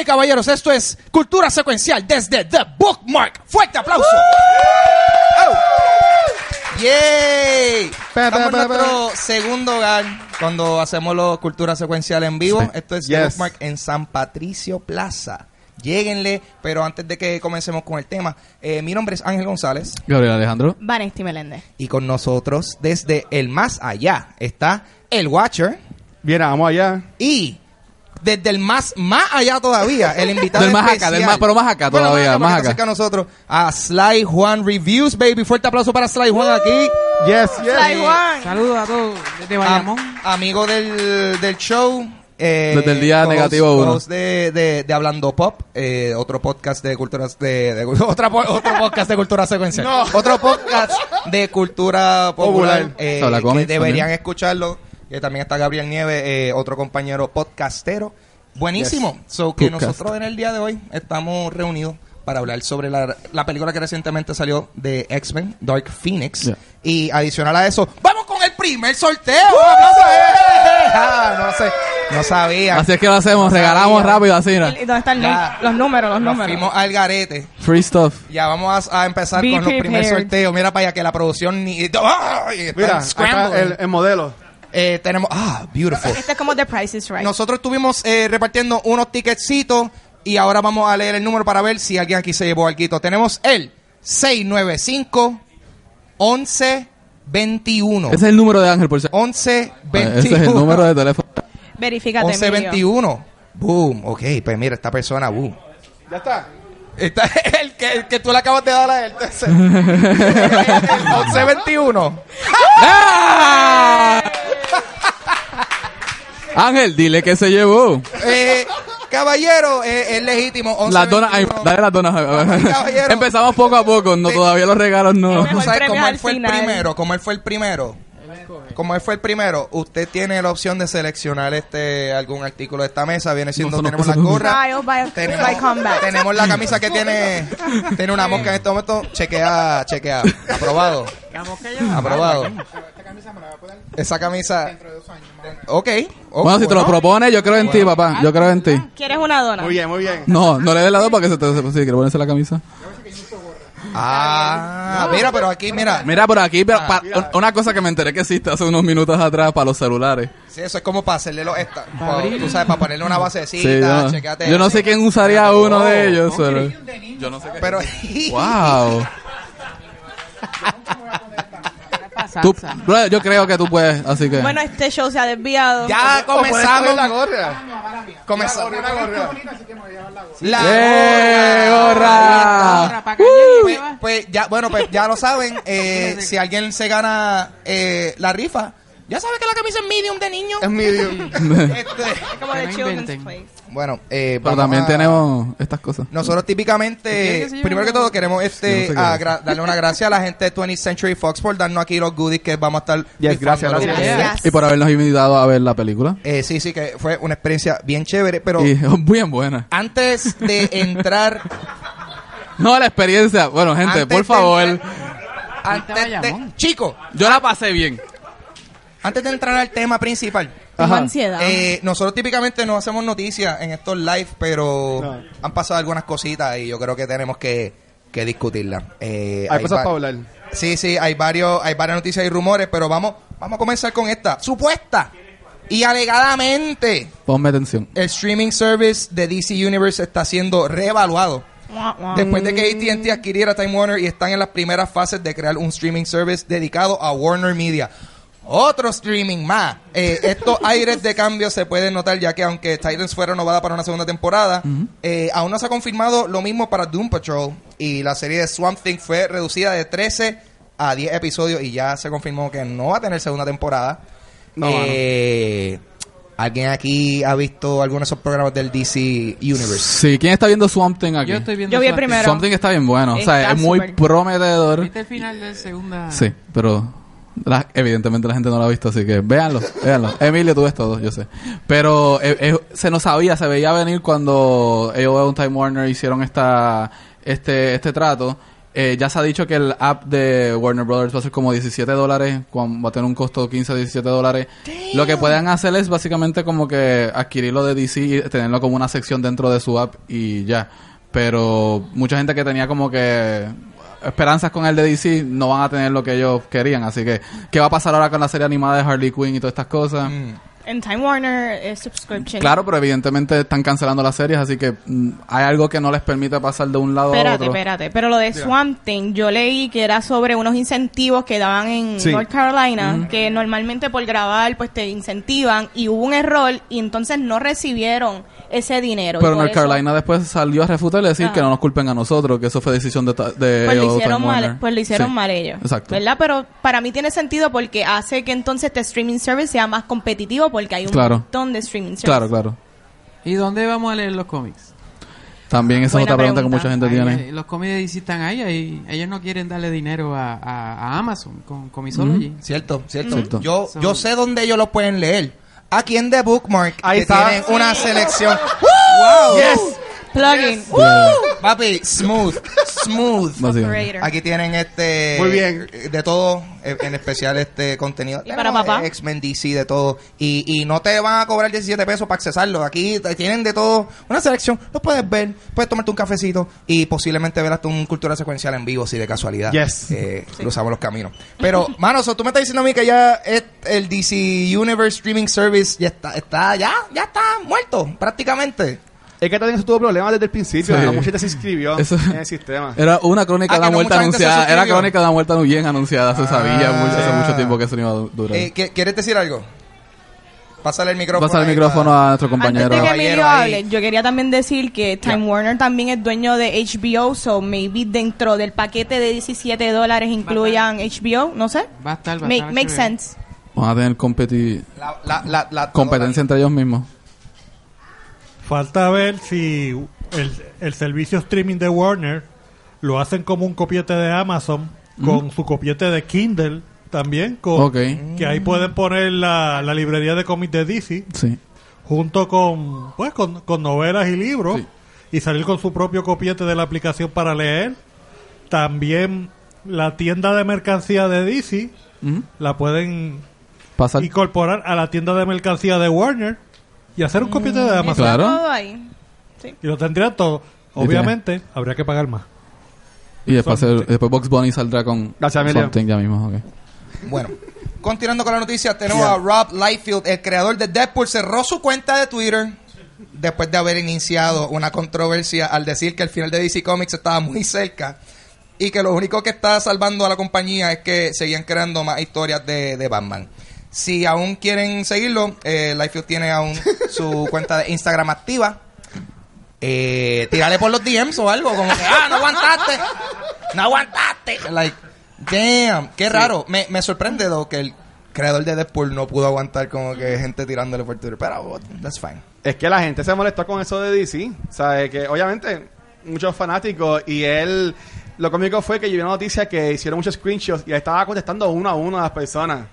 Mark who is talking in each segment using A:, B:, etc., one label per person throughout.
A: y caballeros, esto es Cultura Secuencial desde The Bookmark. ¡Fuerte aplauso!
B: ¡Oh! ¡Yay!
C: Pa, pa,
B: Estamos en
C: pa, pa.
B: nuestro segundo hogar cuando hacemos los Cultura Secuencial en vivo.
C: Sí.
B: Esto es
C: Yes.
B: The Bookmark en San Patricio Plaza. Lléguenle, pero antes de que comencemos con el tema, eh, mi nombre es Ángel González
C: Gabriel Alejandro.
D: Vanesti Meléndez.
B: y con nosotros desde el más allá está el Watcher
C: Bien, vamos allá.
B: y desde el más más allá todavía, el invitado
C: Del más acá,
B: especial.
C: del más- pero más acá
B: Bueno,
C: todavía, más
B: porque está
C: acá.
B: cerca de nosotros a Sly Juan Reviews, baby. Fuerte aplauso para Sly Juan aquí.
C: Yes, yes.
D: Sly Juan.
E: Saludos a todos desde Bayamón.
B: Am- amigo del, del show. eh,
C: Desde el día
B: co-host-
C: negativo uno.
B: co-host De, de, de Hablando Pop, eh, otro podcast de cultura. De, de- otra po- otro podcast de cultura secuencial. Otro podcast de cultura popular.
C: Popular.
B: eh,
C: Habla
B: que
C: cómics
B: deberían
C: también.
B: escucharlo. Que también está Gabriel Nieves, eh, otro compañero podcastero. Buenísimo. So que
C: Podcast.
B: nosotros en el día de hoy estamos reunidos para hablar sobre la, la película que recientemente salió de X-Men, Dark Phoenix.
C: Yeah.
B: Y adicional a eso, ¡vamos con el primer sorteo! ¡Un aplauso! ¡Eh! Ah, no sé, no sabía.
C: Así es que lo hacemos,
B: No
C: regalamos
B: sabía.
C: rápido así, ¿no?
D: ¿Y dónde están nu-
B: Ya.
D: los números? Los
B: Nos
D: números.
B: fuimos al garete.
C: Free stuff.
B: Ya vamos a, a empezar
D: Be
B: con los primeros
D: prepared.
B: sorteos. Mira para allá que la producción ni... ¡Ay! Están
C: Mira, acá
B: scrambling.
C: el, el modelo.
B: Eh, tenemos... ¡Ah, beautiful!
D: Este es como The Price is Right.
B: Nosotros estuvimos eh, repartiendo unos ticketcitos y ahora vamos a leer el número para ver si alguien aquí se llevó algo. Tenemos el 695 1121.
C: Ese es el número de Ángel, por si
B: Oh,
C: acaso.
B: 1121.
C: Ese es el número de teléfono.
D: Verifícate, Emilio.
B: 1121. Boom. Ok, pues mira, esta persona, boom.
C: Ya está.
B: Está el, que, el que tú le acabas de dar a él. ese. El 1121. ¡Ah!
C: Ángel, dile que se llevó.
B: Eh, caballero, eh, es legítimo. 1121.
C: Las donas, ay, dale las donas.
B: caballero.
C: Empezamos poco a poco, no,
B: Sí.
C: todavía los regalos no.
B: Tú
D: Mejor
B: sabes
D: premio
B: cómo él
D: al
B: fue el
D: final.
B: primero, cómo él fue el primero. Como él fue el primero, usted tiene la opción de seleccionar este algún artículo de esta mesa. Viene siendo,
C: No, no,
B: tenemos
C: no,
B: la
C: no, no.
B: gorra,
D: Trial by, by
B: tenemos,
D: combat.
B: tenemos la camisa que tiene tiene una mosca en este momento. Chequea, chequea. Aprobado. Aprobado. Esa camisa Ok. oh,
C: Bueno, si te
B: bueno.
C: lo
B: Ah.
C: propones, yo creo en ti, papá. Yo creo en ti.
D: ¿Quieres una dona?
C: bien, muy bien. No, no le des la dos para que se te... Si quiere ponerse la camisa.
B: Ah, mira, pero aquí, mira.
C: Mira, por aquí,
B: Ah,
C: pero pa- una cosa que me enteré que existe hace unos minutos atrás para los celulares.
B: Sí, eso es como para hacerle los esta. pa- tú sabes, para ponerle una basecita.
C: Sí, yo,
B: chequeate
C: yo no sé quién usaría
B: Oh,
C: uno de ellos. pero- yo no sé qué.
B: Pero.
C: ¡Wow! Tú- brother, yo creo que tú puedes, así que.
D: Bueno, este show se ha desviado.
B: Ya comenzamos. La
C: gorra.
B: comenzamos. La gorra.
C: ¡Eh, gorra!
E: Ahora, para acá llegue,
B: Pues,
E: lleva.
B: pues ya, bueno, pues ya lo saben. eh, si alguien se gana eh, la rifa, ya sabe que la camisa es medium de niño.
F: Es medio.
B: Este,
D: Es como
E: Que
D: The
E: no
D: Children's
E: inventen.
D: Place.
B: bueno, eh,
C: Pero
B: vamos
C: también
B: a-
C: tenemos estas cosas.
B: Nosotros típicamente,
E: que se llama?
B: primero que todo, queremos este
C: Yo no sé qué
B: a
C: es.
B: gra- darle una gracia a la gente de 20th Century Fox por darnos aquí los goodies que vamos a estar.
C: Yes,
B: rifando.
C: gracias,
D: gracias. Gracias.
C: Y por habernos invitado a ver la película.
B: Eh, sí, sí, que fue una experiencia bien chévere, pero
C: Y es bien buena.
B: antes de entrar
C: No, la experiencia. Bueno, gente,
B: Antes
C: por
B: de
C: favor.
B: Antes de,
E: Bayamón.
B: chico,
C: Yo la pasé bien.
B: antes de entrar al tema principal,
D: Tengo
C: Ajá.
D: ansiedad.
B: eh, nosotros típicamente no hacemos noticias en estos live, pero
F: No.
B: han pasado algunas cositas y yo creo que tenemos que, que discutirlas. Eh,
F: Hay cosas
B: va-
F: para hablar.
B: Sí, sí, hay varios, hay varias noticias y rumores, pero vamos, vamos a comenzar con esta. Supuesta y alegadamente
C: Ponme atención.
B: el streaming service de DC Universe está siendo reevaluado.
D: Guau, guau.
B: Después de que AT&T adquiriera Time Warner y están en las primeras fases de crear un streaming service dedicado a Warner Media. Otro streaming más. Eh, estos aires de cambio se pueden notar ya que aunque Titans fuera renovada para una segunda temporada, eh, aún no se ha confirmado lo mismo para Doom Patrol y la serie de Swamp Thing fue reducida de 13 a 10 episodios y ya se confirmó que no va a tener segunda temporada.
F: No,
B: Eh, ¿Alguien aquí ha visto algunos de esos programas del DC Universe?
C: Sí, ¿quién está viendo Swamp Thing aquí?
E: Yo estoy viendo
D: Yo vi el
E: eso.
D: primero.
C: Something está bien bueno. O sea,
D: Está
C: es muy
D: súper.
C: prometedor.
E: ¿Viste el final de segunda?
C: Sí, pero la- evidentemente la gente no lo ha visto, así que véanlo, véanlo. Emilio, tú ves todo, yo sé. Pero eh, eh, se nos sabía, se veía venir cuando ellos un Time Warner hicieron esta este este trato eh, ya se ha dicho que el app de Warner Brothers va a ser como 17 dólares, cuan- va a tener un costo de 15 a 17 dólares. Lo que pueden hacer es básicamente como que adquirirlo de DC y tenerlo como una sección dentro de su app y ya. Pero mucha gente que tenía como que esperanzas con el de DC no van a tener lo que ellos querían. Así que, ¿qué va a pasar ahora con la serie animada de Harley Quinn y todas estas cosas?
B: Mm.
D: En Time Warner eh, subscription.
C: Claro, pero evidentemente están cancelando las series, así que mm, hay algo que no les permite pasar de un lado a
D: Espérate,
C: otro.
D: espérate. Pero lo de Swamp Thing, yo leí que era sobre unos incentivos que daban en
A: Sí.
D: North Carolina, que normalmente por grabar pues te incentivan y hubo un error y entonces no recibieron ese dinero. y
C: Pero
D: por
C: North
D: eso-
C: Carolina después salió a refutar y decir
D: Ah.
C: que no nos culpen a nosotros, que eso fue decisión de, ta- de
D: Pues lo
C: ellos,
D: hicieron
C: Time
D: mal,
C: Warner.
D: pues lo hicieron
C: Sí.
D: mal ellos.
C: Exacto.
D: ¿Verdad? Pero para mí tiene sentido porque hace que entonces este streaming service sea más competitivo porque hay un
C: Claro.
D: montón de streaming service.
C: Claro, claro.
E: ¿Y dónde vamos a leer los cómics?
C: También esa es
D: Buena
C: otra pregunta, que
D: pregunta.
C: mucha gente
E: Ahí,
C: tiene.
E: eh, los cómics de DC están ahí, ahí. Ellos no quieren darle dinero a, a- a Amazon con Comicsology.
B: Cierto, cierto.
C: Cierto.
B: Yo,
E: So-
B: yo sé dónde ellos lo pueden leer. Aquí en The Bookmark
A: Ahí
B: que
A: está.
B: tienen una selección. ¡Wow! Yes.
D: Plugin.
B: Papi, smooth, smooth.
C: Básicamente.
D: Operator.
B: Aquí tienen este.
A: Muy bien.
B: eh, De todo, eh, en especial este contenido.
D: ¿Y para
B: Tenemos,
D: papá?
B: eh, X-Men DC, de todo. Y, y no te van a cobrar 17 pesos para accesarlo. Aquí te- tienen de todo. Una selección. Los puedes ver. Puedes tomarte un cafecito. Y posiblemente ver hasta un cultura secuencial en vivo, si de casualidad.
A: Yes.
B: eh, Cruzamos los caminos. Pero, mano, so, tú me estás diciendo a mí que ya es- el DC Universe Streaming Service ya está, está, ya, ya está muerto, prácticamente.
A: Es que también eso tuvo problemas desde el principio.
C: Sí.
A: La muchacha se inscribió
C: Eso-
A: en el sistema.
C: Era una
B: Ah,
C: crónica de la
B: que no
C: muerte
B: mucha gente se
C: anunciada. Era
B: suscribió.
C: crónica de la muerte bien anunciada. Se sabía
B: Ah.
C: mucho- hace mucho tiempo que eso no iba a durar.
B: Eh, ¿qué- ¿Quieres decir algo? Pásale el micrófono.
C: Pasa el
B: ahí
C: micrófono
B: para-
C: a nuestro compañero.
D: Antes de que
B: Caballero
D: Emilio
B: ahí.
D: hable, yo quería también decir que Time
B: Ya.
D: Warner también es dueño de HBO, so maybe dentro del paquete de 17 dólares incluyan HBO, no sé.
E: Va a estar, va a
D: Make,
E: estar
D: make
E: HBO.
D: sense.
C: Van a tener competi-
B: La, la, la, la-
C: competencia entre ellos mismos.
F: Falta ver si el, el servicio streaming de Warner lo hacen como un copiete de Amazon con su copiete de Kindle también. Con,
C: Ok.
F: Que ahí pueden poner la, la librería de cómics de DC
C: Sí.
F: junto con, pues, con, con novelas y libros
C: Sí.
F: y salir con su propio copiete de la aplicación para leer. También la tienda de mercancía de DC
C: Ujú.
F: la pueden
C: Pasar.
F: incorporar a la tienda de mercancía de Warner y hacer un copiete de Amazon.
D: Está
C: Claro.
D: todo ahí.
F: Y lo tendrían todo.
C: tiene.
F: Obviamente, habría que pagar más.
C: Y después,
F: Son-
C: hacer- después Box Bunny saldrá con
A: Gracias, Emilio.
C: something ya mismo. ok.
B: Bueno, continuando con la noticia, tenemos a Rob Liefeld, el creador de Deadpool, cerró su cuenta de Twitter después de haber iniciado una controversia al decir que el final de DC Comics estaba muy cerca y que lo único que está salvando a la compañía es que seguían creando más historias de, de Batman. Si aún quieren seguirlo, eh, Liefeld tiene aún su cuenta de Instagram activa. Eh, tírale por los DMs o algo, como que, ah, no aguantaste, no aguantaste. Like, damn, qué raro. Me, me sorprende, though, que el creador de Deadpool no pudo aguantar como que gente tirándole por Twitter. Pero, what, that's fine.
A: Es que la gente se molestó con eso de DC. ¿Sabes? Que obviamente muchos fanáticos y él. Lo cómico fue que yo vi una noticia que hicieron muchos screenshots y él estaba contestando uno a uno a las personas.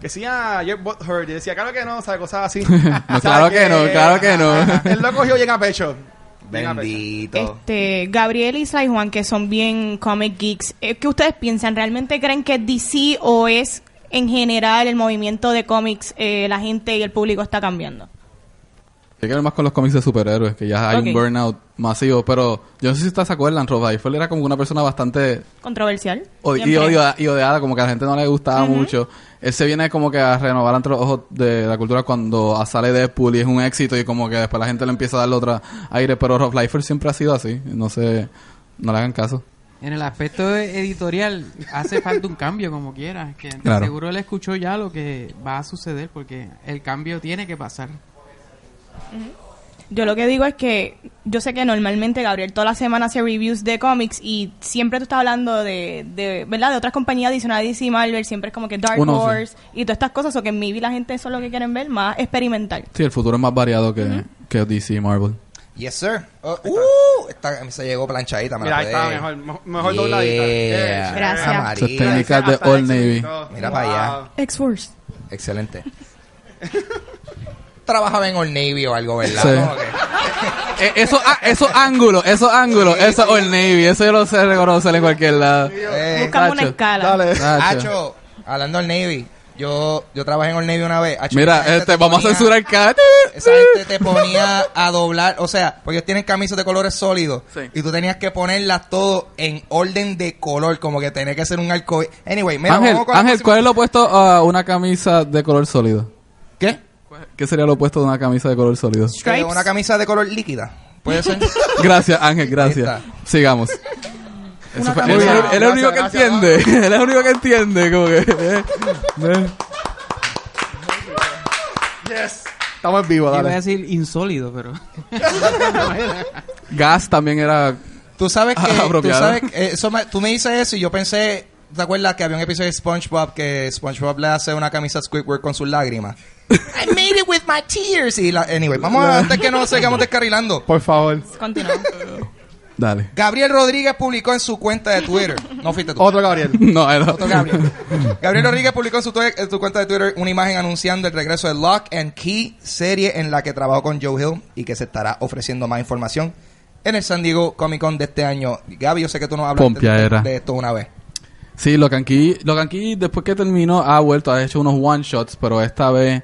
A: Que decía, you're butthurt. Y decía, claro que no, ¿sabes? Cosas así.
C: No, claro que no, claro que no.
A: Él lo cogió bien a pecho. Bien a pecho.
B: Bendito.
D: Este, Gabriel y Sly Juan, que son bien comic geeks, eh, ¿qué ustedes piensan? ¿Realmente creen que es DC o es en general el movimiento de cómics, eh, la gente y el público está cambiando?
C: Hay que ver más con los cómics de superhéroes, que ya hay
D: Ok.
C: un burnout masivo, pero yo no sé si ustedes se acuerdan, Rob Liefeld era como una persona bastante
D: ¿Controversial?
C: o- y,
D: Siempre.
C: odio- y odiada, como que a la gente no le gustaba mucho. Él se viene como que a renovar entre los ojos de la cultura cuando sale Deadpool y es un éxito y como que después la gente le empieza a darle otra aire, pero Rob Liefeld siempre ha sido así, no sé, no le hagan caso.
E: En el aspecto editorial hace falta un cambio como quiera. Que de
C: Claro.
E: Seguro él escuchó ya lo que va a suceder porque el cambio tiene que pasar.
D: Yo lo que digo es que yo sé que normalmente Gabriel toda la semana hace reviews de cómics y siempre tú estás hablando de, de ¿verdad? De otras compañías adicionales a DC y Marvel, siempre es como que Dark
C: Uno, sí.
D: Horse y todas estas cosas, o que en maybe la gente eso es lo que quieren ver, más experimental.
C: Sí, el futuro es más variado que, que DC y Marvel.
B: Eh, Yes, sir. Oh, uh, esta se llegó planchadita. Me
A: Mira,
B: la
A: ahí está,
B: pegué.
A: mejor, mo-
B: pues.
A: mejor
B: Yeah. Ah,
A: dobladita. Eh,
D: Gracias.
A: eh,
B: María.
C: Sostén. Técnicas de
A: Hasta
C: Old
A: Excel y
C: Navy.
A: todo.
B: Mira para allá.
D: X-Force.
B: Excelente. Trabajaba en Old Navy o algo, ¿verdad?
C: Sí.
B: Como que-
C: eh, esos, a- esos ángulos, esos ángulos, eso Old Navy, eso yo lo sé reconocer en cualquier lado.
B: Eh,
D: Buscamos una
C: Nacho,
D: escala.
A: Dale.
C: Nacho.
B: Hacho, hablando del Navy, yo, yo trabajé en el Navy una vez. Hacho,
C: Mira,
B: esa gente
C: este,
B: te
C: vamos a
B: ponía-
C: censurar Katy.
B: Esa gente te ponía a doblar, o sea, porque ellos tienen camisas de colores sólidos
C: Sí.
B: y tú tenías que ponerlas todo en orden de color, como que tenía que ser un arco. Anyway, mira,
C: Ángel,
B: vamos con la
C: Ángel,
B: próxima-
C: ¿cuál es lo opuesto a una camisa de color sólido?
B: ¿Qué?
C: ¿Qué sería lo opuesto de una camisa de color sólido?
B: Eh, una camisa de color líquida. Puede ser.
C: Gracias, Ángel, gracias.
B: Ahí
C: Sigamos. Eso fue-
B: camisa-
C: él, él- él es el único que
B: Gracias,
C: entiende. Él es el único que entiende. Como que, eh, eh.
A: Estamos en vivo,
E: Yo iba a
A: dale.
E: decir insólido, pero...
C: Gas también era.
B: Tú sabes que, tú,
C: Ah, Apropiado.
B: sabes, que- eh, eso me- tú me dices eso y yo pensé, ¿te acuerdas que había un episodio de SpongeBob que SpongeBob le hace una camisa a Squidward con sus lágrimas? I made it with my tears. Y la- anyway, vamos a antes que nos sigamos descarrilando.
A: Por favor.
D: Continuamos.
C: Dale.
B: Gabriel Rodríguez publicó en su cuenta de Twitter. No fuiste tú.
A: Otro Gabriel.
C: No, era.
B: Otro Gabriel. Gabriel Rodríguez publicó en su, tue- en su cuenta de Twitter una imagen anunciando el regreso de Lock and Key, serie en la que trabajó con Joe Hill y que se estará ofreciendo más información en el San Diego Comic Con de este año. Gaby, yo sé que tú nos hablaste
C: Pompia
B: de,
C: era.
B: de esto una vez.
C: Sí, Locan Key, Locan Key, después que terminó, ha vuelto, ha hecho unos one shots, pero esta vez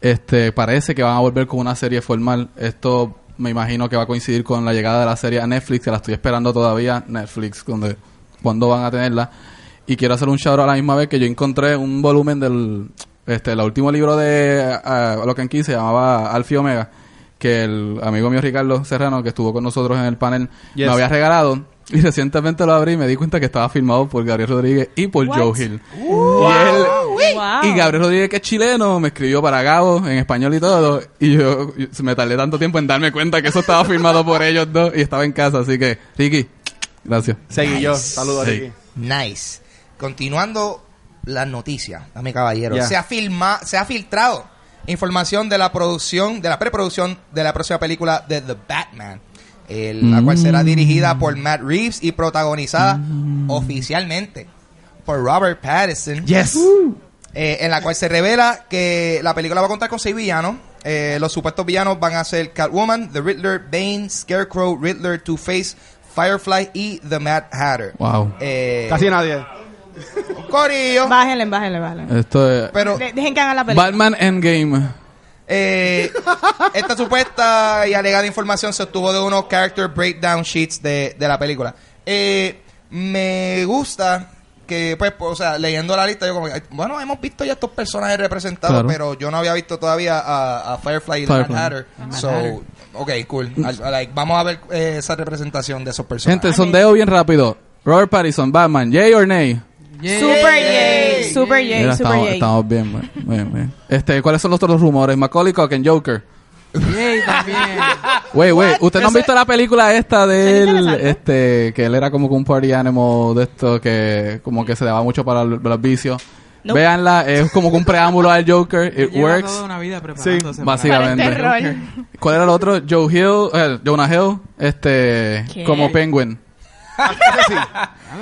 C: este, parece que van a volver con una serie formal. Esto me imagino que va a coincidir con la llegada de la serie a Netflix, que la estoy esperando todavía, Netflix, donde, cuando van a tenerla. Y quiero hacer un shout a la misma vez que yo encontré un volumen del este, el último libro de uh, Locan Key, se llamaba Alfie Omega, que el amigo mío Ricardo Serrano, que estuvo con nosotros en el panel,
A: Yes.
C: me había regalado. Y recientemente lo abrí y me di cuenta que estaba filmado por Gabriel Rodríguez y por
D: What?
C: Joe Hill. y, él-
D: Wow.
C: y Gabriel Rodríguez, que es chileno, me escribió para Gabo en español y todo. Y yo, yo- se me tardé tanto tiempo en darme cuenta que eso estaba filmado por ellos dos y estaba en casa. Así que, Ricky, gracias.
A: Seguí yo. Saludos,
C: Sí.
A: Ricky.
B: Nice. Continuando las noticias, dame caballero.
A: Ya.
B: Se, ha filma, se ha filtrado información de la producción, de la preproducción de la próxima película de The Batman, el- la cual
A: Mm.
B: será dirigida por Matt Reeves y protagonizada oficialmente por Robert Pattinson.
A: Yes.
B: Eh, en la cual se revela que la película va a contar con seis villanos. Eh, los supuestos villanos van a ser Catwoman, The Riddler, Bane, Scarecrow, Riddler, Two-Face, Firefly y The Mad Hatter.
C: Wow.
B: Eh,
A: Casi nadie.
B: un corillo.
D: Bájenle, bájenle, bájenle.
C: Esto es
B: Pero
D: De- dejen que hagan la película.
C: Batman Endgame.
B: eh, esta supuesta y alegada información se obtuvo de unos character breakdown sheets de, de la película. Eh, me gusta que, pues, o sea, leyendo la lista, yo como que, bueno, hemos visto ya estos personajes representados,
C: Claro.
B: pero yo no había visto todavía a, a Firefly y The Mad
C: Firefly.
B: Hatter. So, ok, cool. Al- like, vamos a ver eh, esa representación de esos personajes.
C: Gente, sondeo bien rápido. Robert Pattinson, Batman, yay or nay?
E: Yay.
D: Super yay, super yay,
C: Mira,
D: super
C: estamos,
D: yay.
C: estamos bien, muy- muy bien. Este, ¿cuáles son los otros rumores? Macaulay Culkin, Joker.
E: Yay, también.
C: Wey, wey, ¿usted no han
B: Ese-
C: visto la película esta de
D: Suena
C: él?
D: interesante.
C: Este, que él era como que un party animal de esto que como que se daba mucho para los, los vicios.
D: Nope.
C: Véanla, es como que un preámbulo al Joker, it
E: Lleva
C: works.
E: toda una vida preparándose. para-
C: básicamente.
D: Para este
E: Básicamente.
D: rol.
C: ¿Cuál era el otro? Joe Hill, eh, Jonah Hill, este,
D: ¿Qué?
C: como Penguin.
A: Ese sí.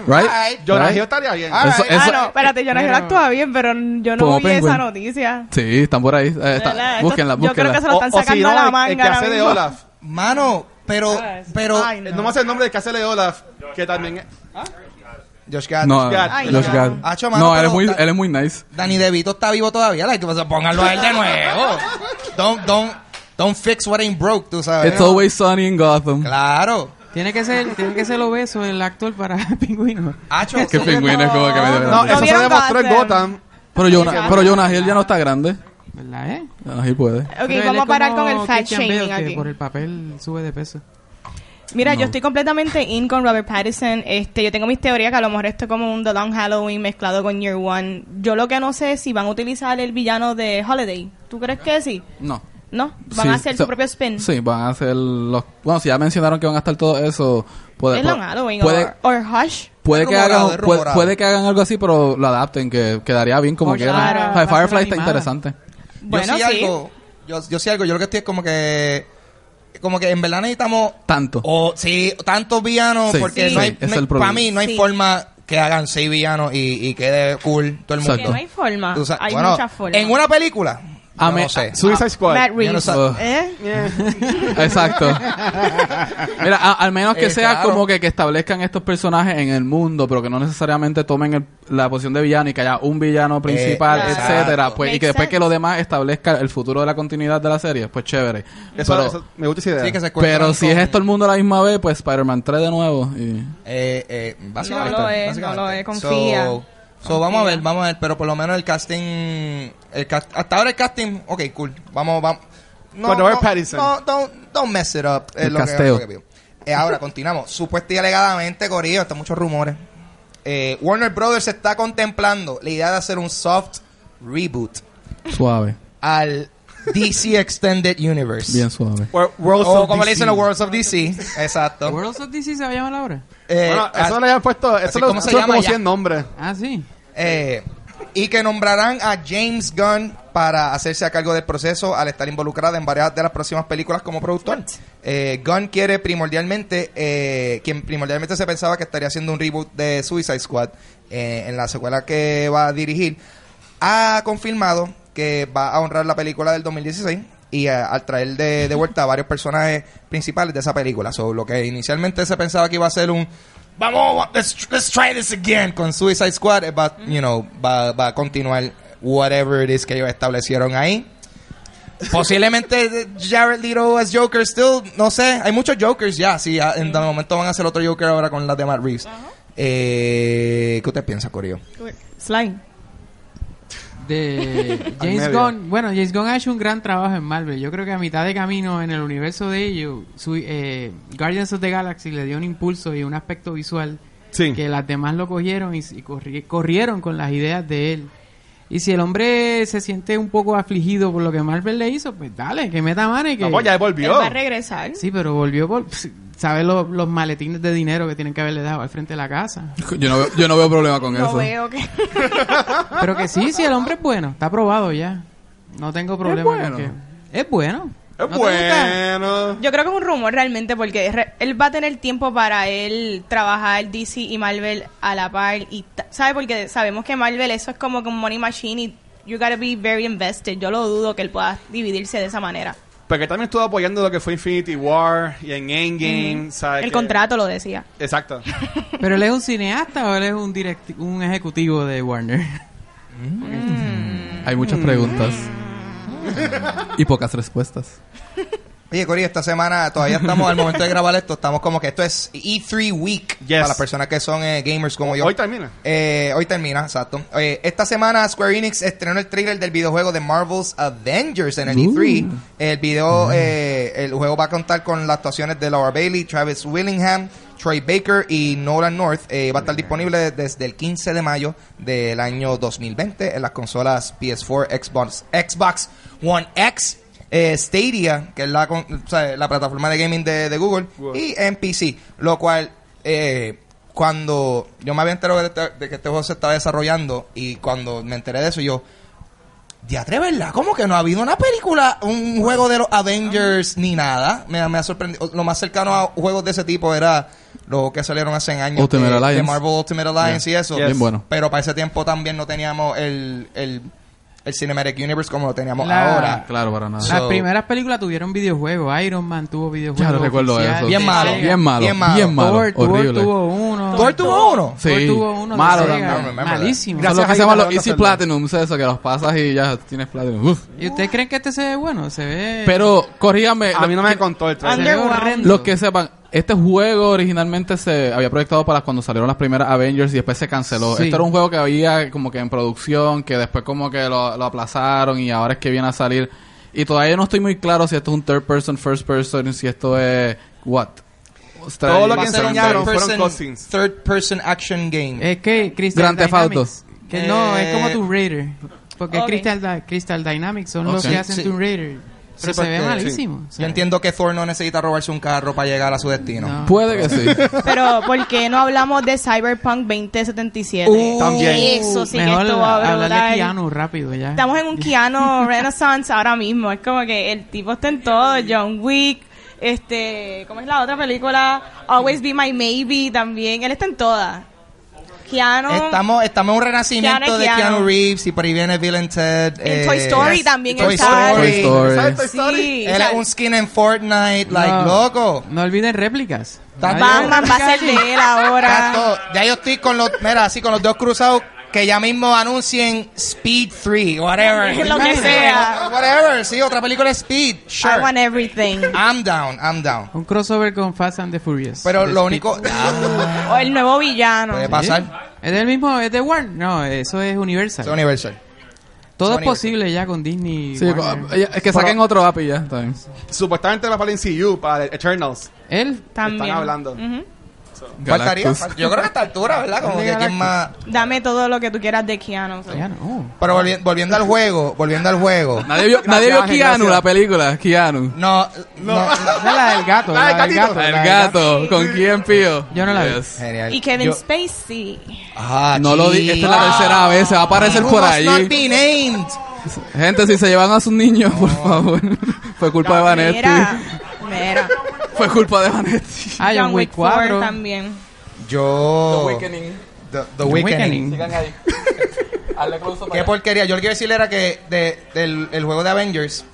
C: Right?
B: Alright.
A: Jonah
C: Right?
A: Hill estaría bien.
B: Ah,
C: Eso-
D: Ah,
C: eso-
D: no, espérate, yo no
E: Pero-
D: actúa bien, pero yo no
C: Como
D: vi esa
C: Penguin.
D: noticia.
C: Sí, están por ahí. eh, está-
D: ¿Verdad? Esto-
C: búsquenla,
D: yo creo que
C: búsquenla.
D: se lo están
A: O- o si
D: sacando
A: no,
D: a la
A: el-
D: manga.
A: El que hace
D: ahora
A: de
D: mismo.
A: Olaf.
B: Mano, pero, pero,
D: Ay,
A: No me hace el nombre del que hace de Olaf. Que también.
B: Josh Gad-
C: No,
A: Gad.
C: Josh
D: Ay,
C: Gad.
D: no.
A: Ah,
B: Hacho, mano,
C: No, él
B: pero-
C: es muy, él es muy nice.
B: Danny DeVito está vivo todavía, like, pues, pónganlo a él de nuevo. Don't, don't, don't fix what ain't broke, tú sabes.
C: It's always sunny in Gotham.
B: Claro.
E: Tiene que ser, tiene que ser obeso el actor para pingüino.
B: Hacho,
C: Qué
B: sí.
C: pingüino es como que me
A: No,
D: No
A: eso se
D: vieron
A: demostró en
D: Gotham.
A: Gotham.
C: Pero Jonah, pero Jonah Hill ya no está grande.
E: ¿Verdad, eh?
C: Jonah Hill puede.
D: Ok,
E: Pero él
D: vamos
E: es
D: a parar
E: como
D: con el fat
E: Christian Bale,
D: shaming
E: que
D: aquí.
E: Por el papel sube de peso.
D: Mira, yo estoy completamente in con Robert Pattinson. Este, yo tengo mis teorías que a lo mejor esto es como un The Long Halloween mezclado con Year One. Yo lo que no sé es si van a utilizar el villano de Holiday. ¿Tú crees que sí?
C: No.
D: ¿No? Van
C: Sí,
D: a hacer
C: so-
D: su propio spin.
C: Sí, van a hacer los. Bueno, si ya mencionaron que van a estar todo eso. Puede,
D: Es Long Halloween
C: puede,
D: o Hush.
C: puede que
B: Rumorado,
C: hagan,
B: es
C: puede,
B: rumorado.
C: puede que hagan algo así, pero lo adapten, que quedaría bien como
E: Oye,
C: quieran.
E: claro,
C: O sea,
E: va a ser
C: Firefly está
E: animada.
C: interesante.
D: Bueno,
B: yo sí,
D: sí.
B: algo. Yo, yo sí algo. Yo lo que estoy es como que. Como que en verdad necesitamos.
C: Tanto.
B: O, sí, tantos villanos.
C: Sí,
B: porque
D: sí,
B: no hay.
C: es el problema.
B: para mí no hay
D: Sí.
B: forma que hagan seis villanos y, y quede cool todo el
D: Que
B: mundo.
C: Exacto.
D: no hay forma.
B: Tú sabes,
D: hay
B: bueno,
D: muchas formas.
B: En una película.
C: A
B: Yo
C: me-
B: no sé.
A: Suicide Squad.
D: Ah, Matt
B: Yo no
D: Reeves.
B: sab-
D: ¿Eh?
A: Yeah.
C: Exacto. Mira, a- al menos que
B: Eh,
C: sea
B: claro.
C: como que, que establezcan estos personajes en el mundo, pero que no necesariamente tomen el- la posición de villano y que haya un villano principal,
B: Eh,
D: exacto.
C: etcétera, pues y
D: Makes
C: que después
D: sense.
C: que lo demás establezca el futuro de la continuidad de la serie, pues chévere.
A: Eso,
C: pero
A: eso- me gusta esa idea.
B: Sí, que se encuentran
C: pero si
B: con-
C: es esto el mundo a la misma vez, pues Spider-Man 3 de nuevo y
B: Eh, eh, básicamente.
D: No lo es,
B: básicamente.
D: no lo es, confía.
B: So, so, vamos a ver, vamos a ver, pero por lo menos el casting, el cas- hasta ahora el casting, ok, cool, vamos, vamos. Pues No,
A: Con Robert
B: no,
A: Pattinson.
B: No, don't, don't mess it up. es
C: El
B: lo que-
C: casteo.
B: lo que pido. Eh, ahora, continuamos. Supuesta y alegadamente, Corillo, están muchos rumores. Eh, Warner Brothers está contemplando la idea de hacer un soft reboot
C: suave,
B: al DC Extended Universe.
C: bien suave.
A: Wor- Worlds
B: O
A: of
B: como le
A: DC.
B: dicen los Worlds of DC. Exacto.
E: ¿Worlds of DC se va a llamar ahora?
B: Eh,
A: Bueno,
B: ah,
A: eso le habían puesto. Eso
B: así
A: lo
B: como se
A: eso
B: llama
A: como
B: ya.
A: 100 nombres.
E: Ah, sí.
B: Eh, y que nombrarán a James Gunn para hacerse a cargo del proceso al estar involucrada en varias de las próximas películas como productor. Eh, Gunn quiere primordialmente, eh, quien primordialmente se pensaba que estaría haciendo un reboot de Suicide Squad eh, en la secuela que va a dirigir, ha confirmado que va a honrar la película del 2016 y eh, al traer de, de vuelta a varios personajes principales de esa película. So, lo que inicialmente se pensaba que iba a ser un vamos, let's, let's try this again con Suicide Squad, eh, va, you know, va, va a continuar whatever it is que ellos establecieron ahí. Posiblemente eh, Jared Leto as Joker still, no sé, hay muchos Jokers ya, sí, ah, en dado momento van a hacer otro Joker ahora con la de Matt Reeves. Eh, ¿Qué usted piensa, Corio?
D: Slime.
E: de
A: Al
E: James
A: medio.
E: Gunn. Bueno, James Gunn ha hecho un gran trabajo en Marvel. Yo creo que a mitad de camino en el universo de ellos, su- eh, Guardians of the Galaxy le dio un impulso y un aspecto visual
A: Sí.
E: que las demás lo cogieron y, y corri- corrieron con las ideas de él. Y si el hombre se siente un poco afligido por lo que Marvel le hizo, pues dale, que meta mano y que...
A: No, pues ya
D: Él
A: volvió.
D: va a regresar.
E: Sí, pero volvió por... ¿Sabes los, los maletines de dinero que tienen que haberle dado al frente de la casa?
C: Yo no veo, yo no veo problema con
D: No
C: eso.
D: veo que...
E: Pero que sí, sí, el hombre es bueno. Está aprobado ya. No tengo problema
C: bueno.
E: con que... Es bueno. ¿No
A: Es
E: te gusta?
A: bueno.
D: Yo creo que es un rumor realmente porque re- él va a tener tiempo para él trabajar DC y Marvel a la par y ta- sabe porque sabemos que Marvel eso es como con Money Machine y you gotta be very invested. Yo lo dudo que él pueda dividirse de esa manera.
A: Porque también estuvo apoyando lo que fue Infinity War y en Endgame. ¿sabes
D: El
A: qué?
D: contrato lo decía.
A: Exacto.
E: Pero él es un cineasta o él es un, direct- un ejecutivo de Warner.
C: Hay muchas preguntas
D: Mm.
C: y pocas respuestas.
B: Oye, Corio, esta semana todavía estamos al momento de grabar esto, estamos como que esto es E3 Week
A: Yes.
B: para las personas que son eh, gamers como yo.
A: Hoy termina.
B: Eh, hoy termina, exacto. Eh, esta semana Square Enix estrenó el trailer del videojuego de Marvel's Avengers en el E3. El video, eh, el juego va a contar con las actuaciones de Laura Bailey, Travis Willingham, Troy Baker y Nolan North. Eh, va a estar disponible desde el 15 de mayo del año 2020 en las consolas PS4, Xbox, Xbox One X. eh, Stadia, que es la, con- o sea, la plataforma de gaming de, de Google,
A: Wow.
B: y en PC, lo cual eh, cuando yo me había enterado de, este- de que este juego se estaba desarrollando y cuando me enteré de eso yo Diatre, ¿verdad? ¿Cómo que no ha habido una película, un juego de los Avengers ni nada? Me, me ha sorprendido. Lo más cercano a juegos de ese tipo era los que salieron hace años.
C: Ultimate
B: de,
C: Alliance.
B: de Marvel Ultimate Alliance y eso.
A: Yes. Bien
C: bueno.
B: Pero para ese tiempo también no teníamos el, el, el Cinematic Universe como lo teníamos
E: La-
B: ahora.
C: Ah, Claro, para nada.
E: Las
B: So-
E: primeras películas tuvieron videojuegos. Iron Man tuvo videojuegos.
C: Ya lo recuerdo
E: oficiales.
C: eso.
B: Bien malo.
C: Bien malo. Bien malo.
B: Bien
E: Thor, Thor
C: horrible.
E: tuvo uno.
B: ¿Thor tuvo uno?
C: Sí.
E: Thor tuvo uno. de
C: Malo
E: Sega.
B: también. I don't remember that.
E: Malísimo.
C: Son los
A: Gracias
C: que
A: a
C: se llaman
A: Dios,
C: los
A: no
C: Easy
A: hacerlo.
C: Platinum, ¿sabes eso? Que los pasas y ya tienes Platinum. Uf.
E: ¿Y ustedes creen que este se ve bueno? Se ve...
C: Pero, corrígame.
B: eh,
A: A
C: lo-
A: mí no me contó el
E: se
A: trailer.
E: ve
D: Underground.
E: horrendo.
C: Los que sepan, este juego originalmente se había proyectado para cuando salieron las primeras Avengers y después se canceló.
E: Sí.
C: Este era un juego que había como que en producción, que después como que lo, lo aplazaron y ahora es que viene a salir. Y todavía no estoy muy claro si esto es un third person, first person, si esto es what.
A: Todo lo
B: Va a
A: que
B: ser un
A: enseñaron
B: third
A: fueron
B: person-
A: cousins.
B: Third person action game.
E: Es que Crystal
C: Grand Theft
E: Dynamics.
C: Auto.
E: Que no, es como
B: Eh,
E: Tomb Raider. Porque
D: Ok.
E: Crystal, Di- Crystal Dynamics son los
C: Ok.
E: que hacen
B: Sí.
E: Tomb Raider. Pero
B: Sí,
E: se ve
B: porque-
E: malísimo. o
B: Yo
E: sea,
B: entiendo que Thor no necesita robarse un carro para llegar a su destino.
E: No.
C: Puede que sí.
D: Pero ¿por qué no hablamos de Cyberpunk 2077?
B: Uh,
A: También.
D: Eso sí que
E: Mejor
D: esto va a
E: hablar de
D: brotar.
E: Keanu rápido ya.
D: Estamos en un Keanu Renaissance ahora mismo. Es como que el tipo está en todo. John Wick, este, ¿cómo es la otra película? Always Be My Maybe también. Él está en todas. Keanu.
B: Estamos, estamos en un renacimiento
D: Keanu y
B: de Keanu
D: Keanu.
B: Reeves y por ahí viene Bill and Ted. eh,
D: En Toy Story también
B: Toy
D: está.
B: Story.
C: Toy Story.
A: ¿Sabes Toy
D: Sí,
A: Story?
D: o
B: Él
D: sea,
B: es un skin en Fortnite, like,
E: No.
B: loco.
E: No olviden réplicas.
B: Tan-
E: Nadie-
D: Batman va a ser de él
B: Está
D: ahora.
B: todo- Ya yo estoy con los, mira, así con los dos cruzados que ya mismo anuncien Speed 3, whatever.
D: Lo que sea.
B: Whatever, sí, otra película es Speed,
D: I
B: sure.
D: want everything.
B: I'm down, I'm down.
E: Un crossover con Fast and the Furious.
B: Pero
E: De
B: lo
E: Speed.
B: único,
D: O el nuevo villano.
B: puede pasar,
E: ¿Es del mismo? ¿Es de Warner? No, eso es Universal.
B: es Universal.
E: Todo
B: Sony
E: es posible ya con Disney.
C: Sí,
E: Warner.
C: co- eh, que saquen otro app y ya, está bien.
A: Supuestamente va para el MCU, para el Eternals.
E: Él.
D: También.
A: Están hablando.
D: Ujú.
B: Faltaría,
C: Galactus.
B: fal- yo creo que a esta altura, ¿verdad? Como que quién más...
D: Dame todo lo que tú quieras de Keanu.
E: Ya no.
B: Pero volvi- volviendo al juego, volviendo al juego.
C: Nadie vio, nadie vio
E: Ángel,
C: Keanu,
E: gracias.
C: la película, Keanu.
B: No, no.
E: Esa es la del gato.
A: La del
E: la del
A: gatito.
E: gato.
C: El
E: la del
C: gato, ¿con quién pío?
E: Yo no la vi.
B: Genial.
D: Y Kevin
B: Yo-
D: Spacey.
B: Ah,
C: No lo di, esta es la
B: chico.
C: tercera vez, se va a aparecer
B: Who
C: por
B: must
C: ahí.
B: not be named.
C: Gente, si se llevan a sus niños, por favor. Fue culpa de
D: Mira,
C: Vanetti.
D: mira.
C: Fue culpa de Vanetti.
E: Ah, John Wick 4.
D: también.
B: Yo. The, The Weekend.
E: Weekend.
B: Qué porquería. Yo lo que iba a decir era que de- del el juego de Avengers,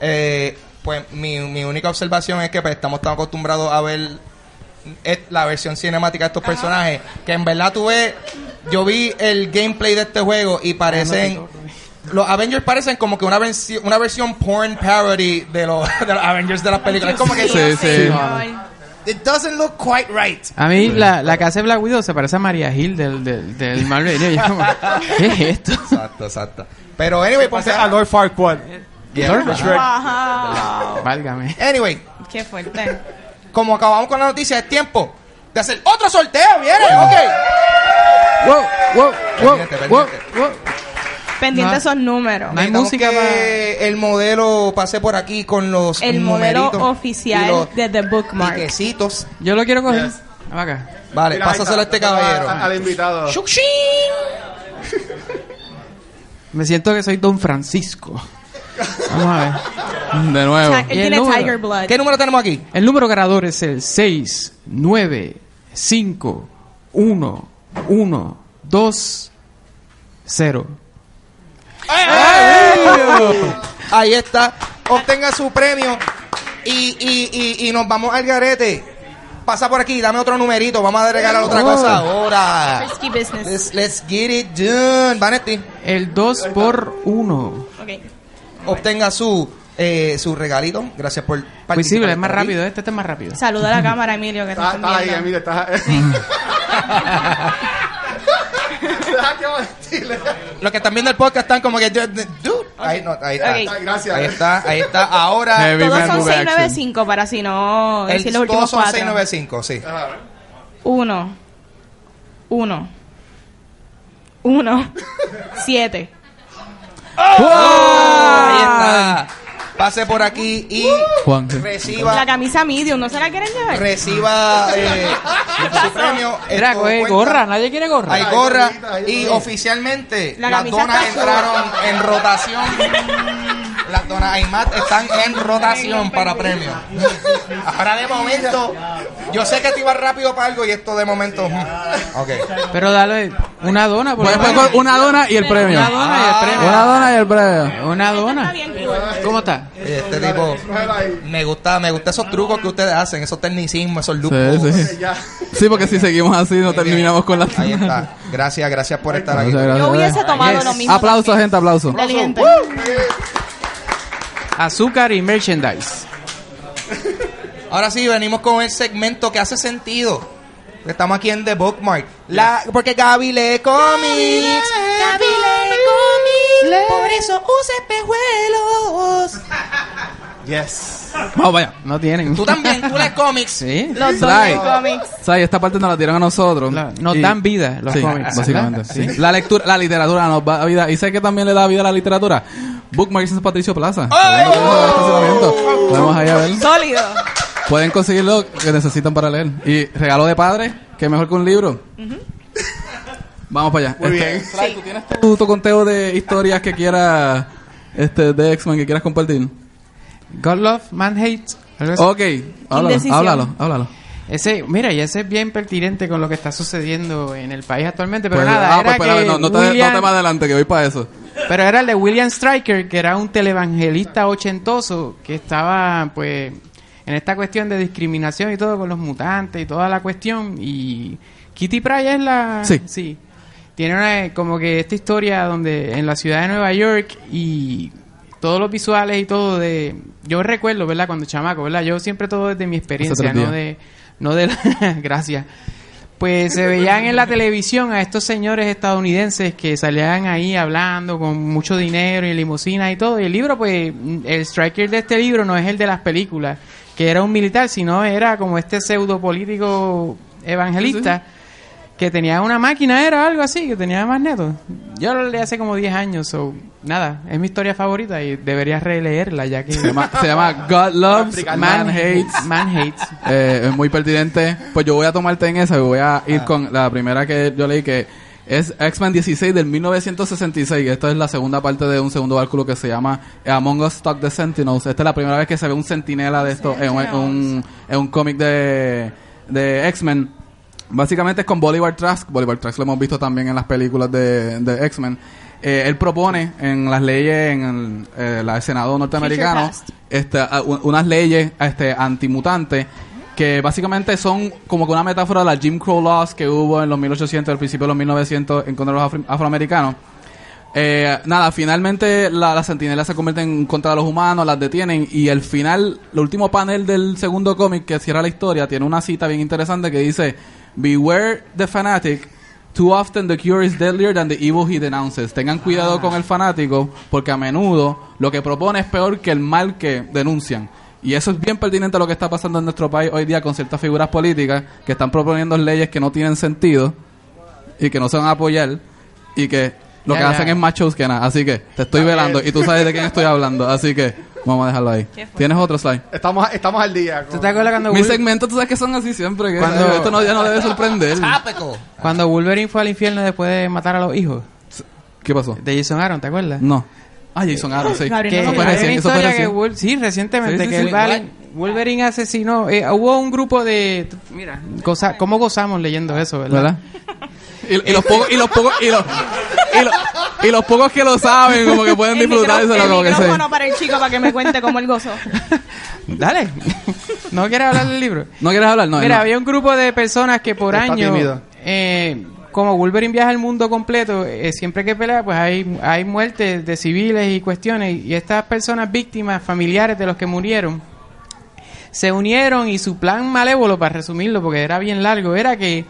B: eh, pues mi, mi única observación es que pues, estamos tan acostumbrados a ver et- la versión cinemática de estos personajes, que en verdad tú ves, yo vi el gameplay de este juego y parecen... Los Avengers parecen como que una, versi- una versión porn parody de los, de los Avengers de las películas. Es como que...
C: Sí, sí.
D: señor.
B: It doesn't look quite right.
E: A mí la, la que hace Black Widow se parece a María Gil del, del, del Marvel. Y yo como, ¿Qué es esto?
B: Exacto, exacto. Pero anyway, pues...
A: Entonces, a Lord Farquaad.
B: Yeah.
D: Ajá.
E: Válgame.
B: Anyway,
D: Qué fuerte.
B: como acabamos con la noticia, es tiempo de hacer otro sorteo. Viene, ok.
C: Wow, wow, wow,
B: Pendiente,
C: wow,
B: pendiente.
C: wow.
D: Pendiente
E: No.
D: esos números.
E: No hay
B: Necesitamos
E: música
B: que el modelo pase por aquí con los
D: El modelo
B: numeritos y
D: oficial
B: los
D: de The Bookmark.
B: piquecitos.
E: Yo lo quiero coger.
A: Yes.
E: Va acá.
B: Vale,
A: Mira,
B: pásaselo a
A: ahí
B: este
A: está, a- Al
B: caballero.
A: invitado.
B: ¡Shukshin!
E: Me siento que soy Don Francisco. Vamos a ver.
C: De
D: O sea,
C: nuevo.
D: él
E: ¿Y el
D: tiene
E: número?
D: Tiger Blood.
B: ¿Qué número tenemos aquí?
E: El número ganador es el 6, 9, 5, 1, 1, 2, 0.
B: Ahí está. Obtenga su premio y, y, y, y nos vamos al garete. Pasa por aquí, dame otro numerito. Vamos a regalar otra cosa ahora.
D: Risky business.
B: Let's, let's get it done. Vanetti.
E: El 2 por 1.
D: Ok.
B: obtenga su eh, su regalito. Gracias por participar.
E: Visible, Pues es más rápido. Este, este es más rápido.
D: Saluda a la cámara, Emilio, que te
A: Está,
D: están
A: está ahí,
D: viendo.
A: Ah, Emilio, está. Deja que vacile.
B: Los que están viendo el podcast están como que dude, ahí no, ahí está.
D: Ok.
A: Gracias.
B: Ahí está, ahí está. Ahora
C: Heavy
D: Todos
C: man
D: son
C: move action.
D: 695 para si no
B: el,
D: decir los
B: todos
D: últimos
B: son
D: cuatro. Ah.
B: 695, sí.
D: Uno. Uno. Uno. Siete.
B: Ahí está. Pase por aquí y
C: Juan. sí.
D: Uh. La
B: reciba
D: camisa medium, ¿no se la quieren llevar?
B: reciba eh, su premio.
E: Mira,
B: Esto
E: coge
B: cuenta.
E: eh, gorra. Nadie quiere gorra.
B: Hay gorra y oficialmente
D: La
B: las
D: camisa
B: donas
D: está
B: entraron en rotación. Las donas Aymat están en rotación para premios. Ahora de momento, yo sé que te ibas rápido para algo y esto de momento. mm, Ok.
E: Pero dale una dona. por
C: Pues,
E: lo
C: pues,
E: menos.
C: con una dona y el premio. Ah.
E: Una dona y el
C: Una dona y el
E: premio.
C: premio.
E: Una dona.
D: Está bien cool.
E: ¿Cómo está?
B: Oye, Este tipo. Me gusta, me gusta esos trucos que ustedes hacen, esos tecnicismos, esos loops.
C: Sí, sí.
A: Ya.
C: Sí, porque si seguimos así no terminamos con la...
B: Ahí está. Gracias, gracias por estar aquí.
C: Muchas gracias.
D: Yo hubiese tomado
E: Yes.
D: lo mismo.
C: Aplausos, gente, aplausos.
D: Inteligente.
E: Azúcar y merchandise.
B: Ahora sí, venimos con el segmento que hace sentido. Estamos aquí en The Bookmark. La, porque Gaby lee cómics. Gaby lee cómics. Por eso usa espejuelos.
A: Yes.
C: Vamos vaya.
E: No tienen.
B: Tú también, tú lees cómics.
E: Sí.
D: Los dos
C: Slide.
D: de cómics.
C: O sea, y esta parte nos la dieron a nosotros.
E: La- nos
C: Y-
E: dan vida los
C: Sí,
E: cómics,
C: básicamente.
E: ¿verdad? Sí.
C: La lectura, la literatura nos da vida. Y sé que también le da vida a la literatura. Bookmark San Patricio Plaza. Tenemos todo el estacionamiento.
D: ¡Oh!
C: Podemos ahí a ver.
D: Sólido.
C: Pueden conseguir lo que necesitan para leer. Y regalo de padre, que mejor que un libro. Vamos para allá.
A: Muy
C: Este,
A: bien.
C: Fly, ¿tú tienes tu, tu conteo de historias que quieras, este, de X-Men que quieras compartir?
E: God Love, Man Hate. algo así.
C: Ok, háblalo,
D: Indecisión.
C: háblalo, háblalo.
E: Ese, mira, y ese es bien pertinente con lo que está sucediendo en el país actualmente. Pero
C: Pues,
E: nada,
C: ah,
E: era
C: pues, espérame,
E: que
C: no, no te, no
E: William-
C: te me adelante, que voy para eso.
E: Pero era el de William Stryker, que era un televangelista ochentoso, que estaba, pues, en esta cuestión de discriminación y todo con los mutantes y toda la cuestión. Y Kitty Pryde es la...
C: Sí.
E: Tiene una, como que esta historia donde en la ciudad de Nueva York y todos los visuales y todo de... Yo recuerdo, ¿verdad? Cuando chamaco, ¿verdad? Yo siempre todo desde mi experiencia,
C: tres
E: no
C: días.
E: de... No de la- Gracias. Pues se veían en la televisión a estos señores estadounidenses que salían ahí hablando con mucho dinero y limusina y todo. Y el libro, pues, el striker de este libro no es el de las películas, que era un militar, sino era como este pseudo político evangelista que tenía una máquina, era algo así, que tenía más netos. Yo lo leí hace como 10 años, o nada, es mi historia favorita y deberías releerla ya que
C: Se llama, se llama God Loves, Man, Hates.
E: Man Hates.
C: Eh, es muy pertinente. Pues yo voy a tomarte en esa y voy a ir con la primera que yo leí que es X-Men 16 del 1966. Esta es la segunda parte de un segundo cálculo que se llama Among Us Talk the Sentinels. Esta es la primera vez que se ve un sentinela de esto en un, en un, en un cómic de, de X-Men. Básicamente es con Bolivar Trask. Bolivar Trask lo hemos visto también en las películas de, de X-Men. Eh, él propone en las leyes, en el, eh, la del Senado norteamericano,
D: Future past.
C: este, a- u- unas leyes este, antimutantes que básicamente son como que una metáfora de las Jim Crow laws que hubo en los 1800, al principio de los 1900 en contra de los afro- afroamericanos. Eh, nada, finalmente la- las sentinelas se convierten contra los humanos, las detienen y el final, el último panel del segundo cómic que cierra la historia tiene una cita bien interesante que dice Beware the fanatic, too often the cure is deadlier than the evil he denounces. Tengan cuidado con el fanático porque a menudo lo que propone es peor que el mal que denuncian. Y eso es bien pertinente a lo que está pasando en nuestro país hoy día con ciertas figuras políticas que están proponiendo leyes que no tienen sentido y que no se van a apoyar y que lo
E: Ya,
C: que
E: ya.
C: hacen es más shows que nada. Así que te estoy velando y tú sabes de quién estoy hablando. Así que vamos a dejarlo ahí. ¿Tienes otro slide?
A: Estamos, estamos al día.
E: ¿Tú
A: con-
E: te acuerdas cuando
C: Mis
E: Will-
C: segmentos, tú sabes que son así siempre. Que
E: Cuando-
C: Esto no, ya no debe sorprender.
B: Tápeco.
E: Cuando Wolverine fue al infierno después de matar a los hijos
C: ¿Qué pasó?
E: de Jason Aaron, ¿te acuerdas?
C: No. Ah, Jason Aaron, sí.
D: Gabriel,
E: Que
C: Eso
E: hay
C: fue
E: una
C: recién. Eso fue
E: historia que
C: recién.
E: Wol- sí, recientemente
C: Sí, sí,
E: que
C: sí.
E: el Valen- Wolverine asesinó, eh, hubo un grupo de mira, goza- cómo gozamos leyendo eso, ¿verdad?
C: ¿Verdad? Y, y los pocos y los pocos y los, y los, y los pocos que lo saben como que pueden
D: El micro-
C: disfrutárselo
D: el
C: como que se
D: micrófono para el chico para que me cuente cómo él gozó.
E: Dale. no quieres hablar del libro.
C: no quieres hablar no
E: Mira,
C: no.
E: había un grupo de personas que por
A: Está
E: año,
A: tímido.
E: eh, como Wolverine viaja el mundo completo, eh, siempre que pelea, pues hay, hay muertes de civiles y cuestiones. Y estas personas víctimas, familiares de los que murieron, se unieron y su plan malévolo, para resumirlo, porque era bien largo, era que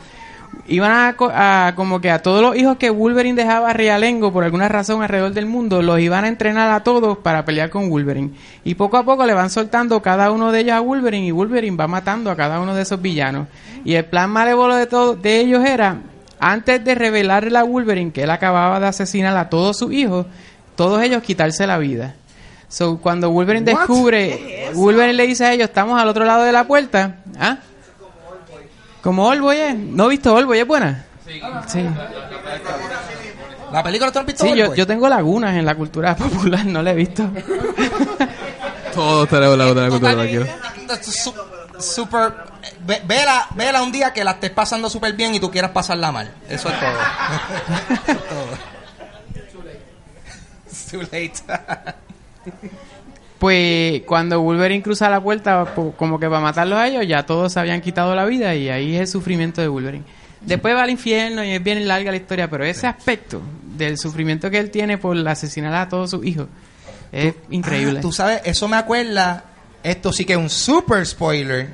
E: iban a, co- a como que a todos los hijos que Wolverine dejaba realengo por alguna razón alrededor del mundo, los iban a entrenar a todos para pelear con Wolverine. Y poco a poco le van soltando cada uno de ellos a Wolverine y Wolverine va matando a cada uno de esos villanos. Y el plan malévolo de todos de ellos era antes de revelarle a Wolverine que él acababa de asesinar a todos sus hijos, todos ellos quitarse la vida. So, cuando Wolverine descubre, Wolverine le dice a ellos, estamos al otro lado de la puerta. ¿Ah? Como Olboy es. ¿No he visto Olboy? ¿Es buena? Sí.
B: La película tú la has visto.
E: Sí, yo,
B: Boy?
E: yo tengo lagunas en la cultura popular, no la he visto.
C: todos tenemos la otra cultura
B: Total-
C: tranquilo.
B: su- Super. ve- Vela, vela un día que la estés pasando súper bien y tú quieras pasarla mal. Eso es todo. Eso es todo. It's too late.
E: Pues cuando Wolverine cruza la puerta po- como que para matarlos a ellos, ya todos se habían quitado la vida y ahí es el sufrimiento de Wolverine. Después va al infierno y es bien larga la historia, pero ese aspecto del sufrimiento que él tiene por asesinar a todos sus hijos es increíble.
B: Ah, tú sabes, eso me acuerda. Esto sí que es un super spoiler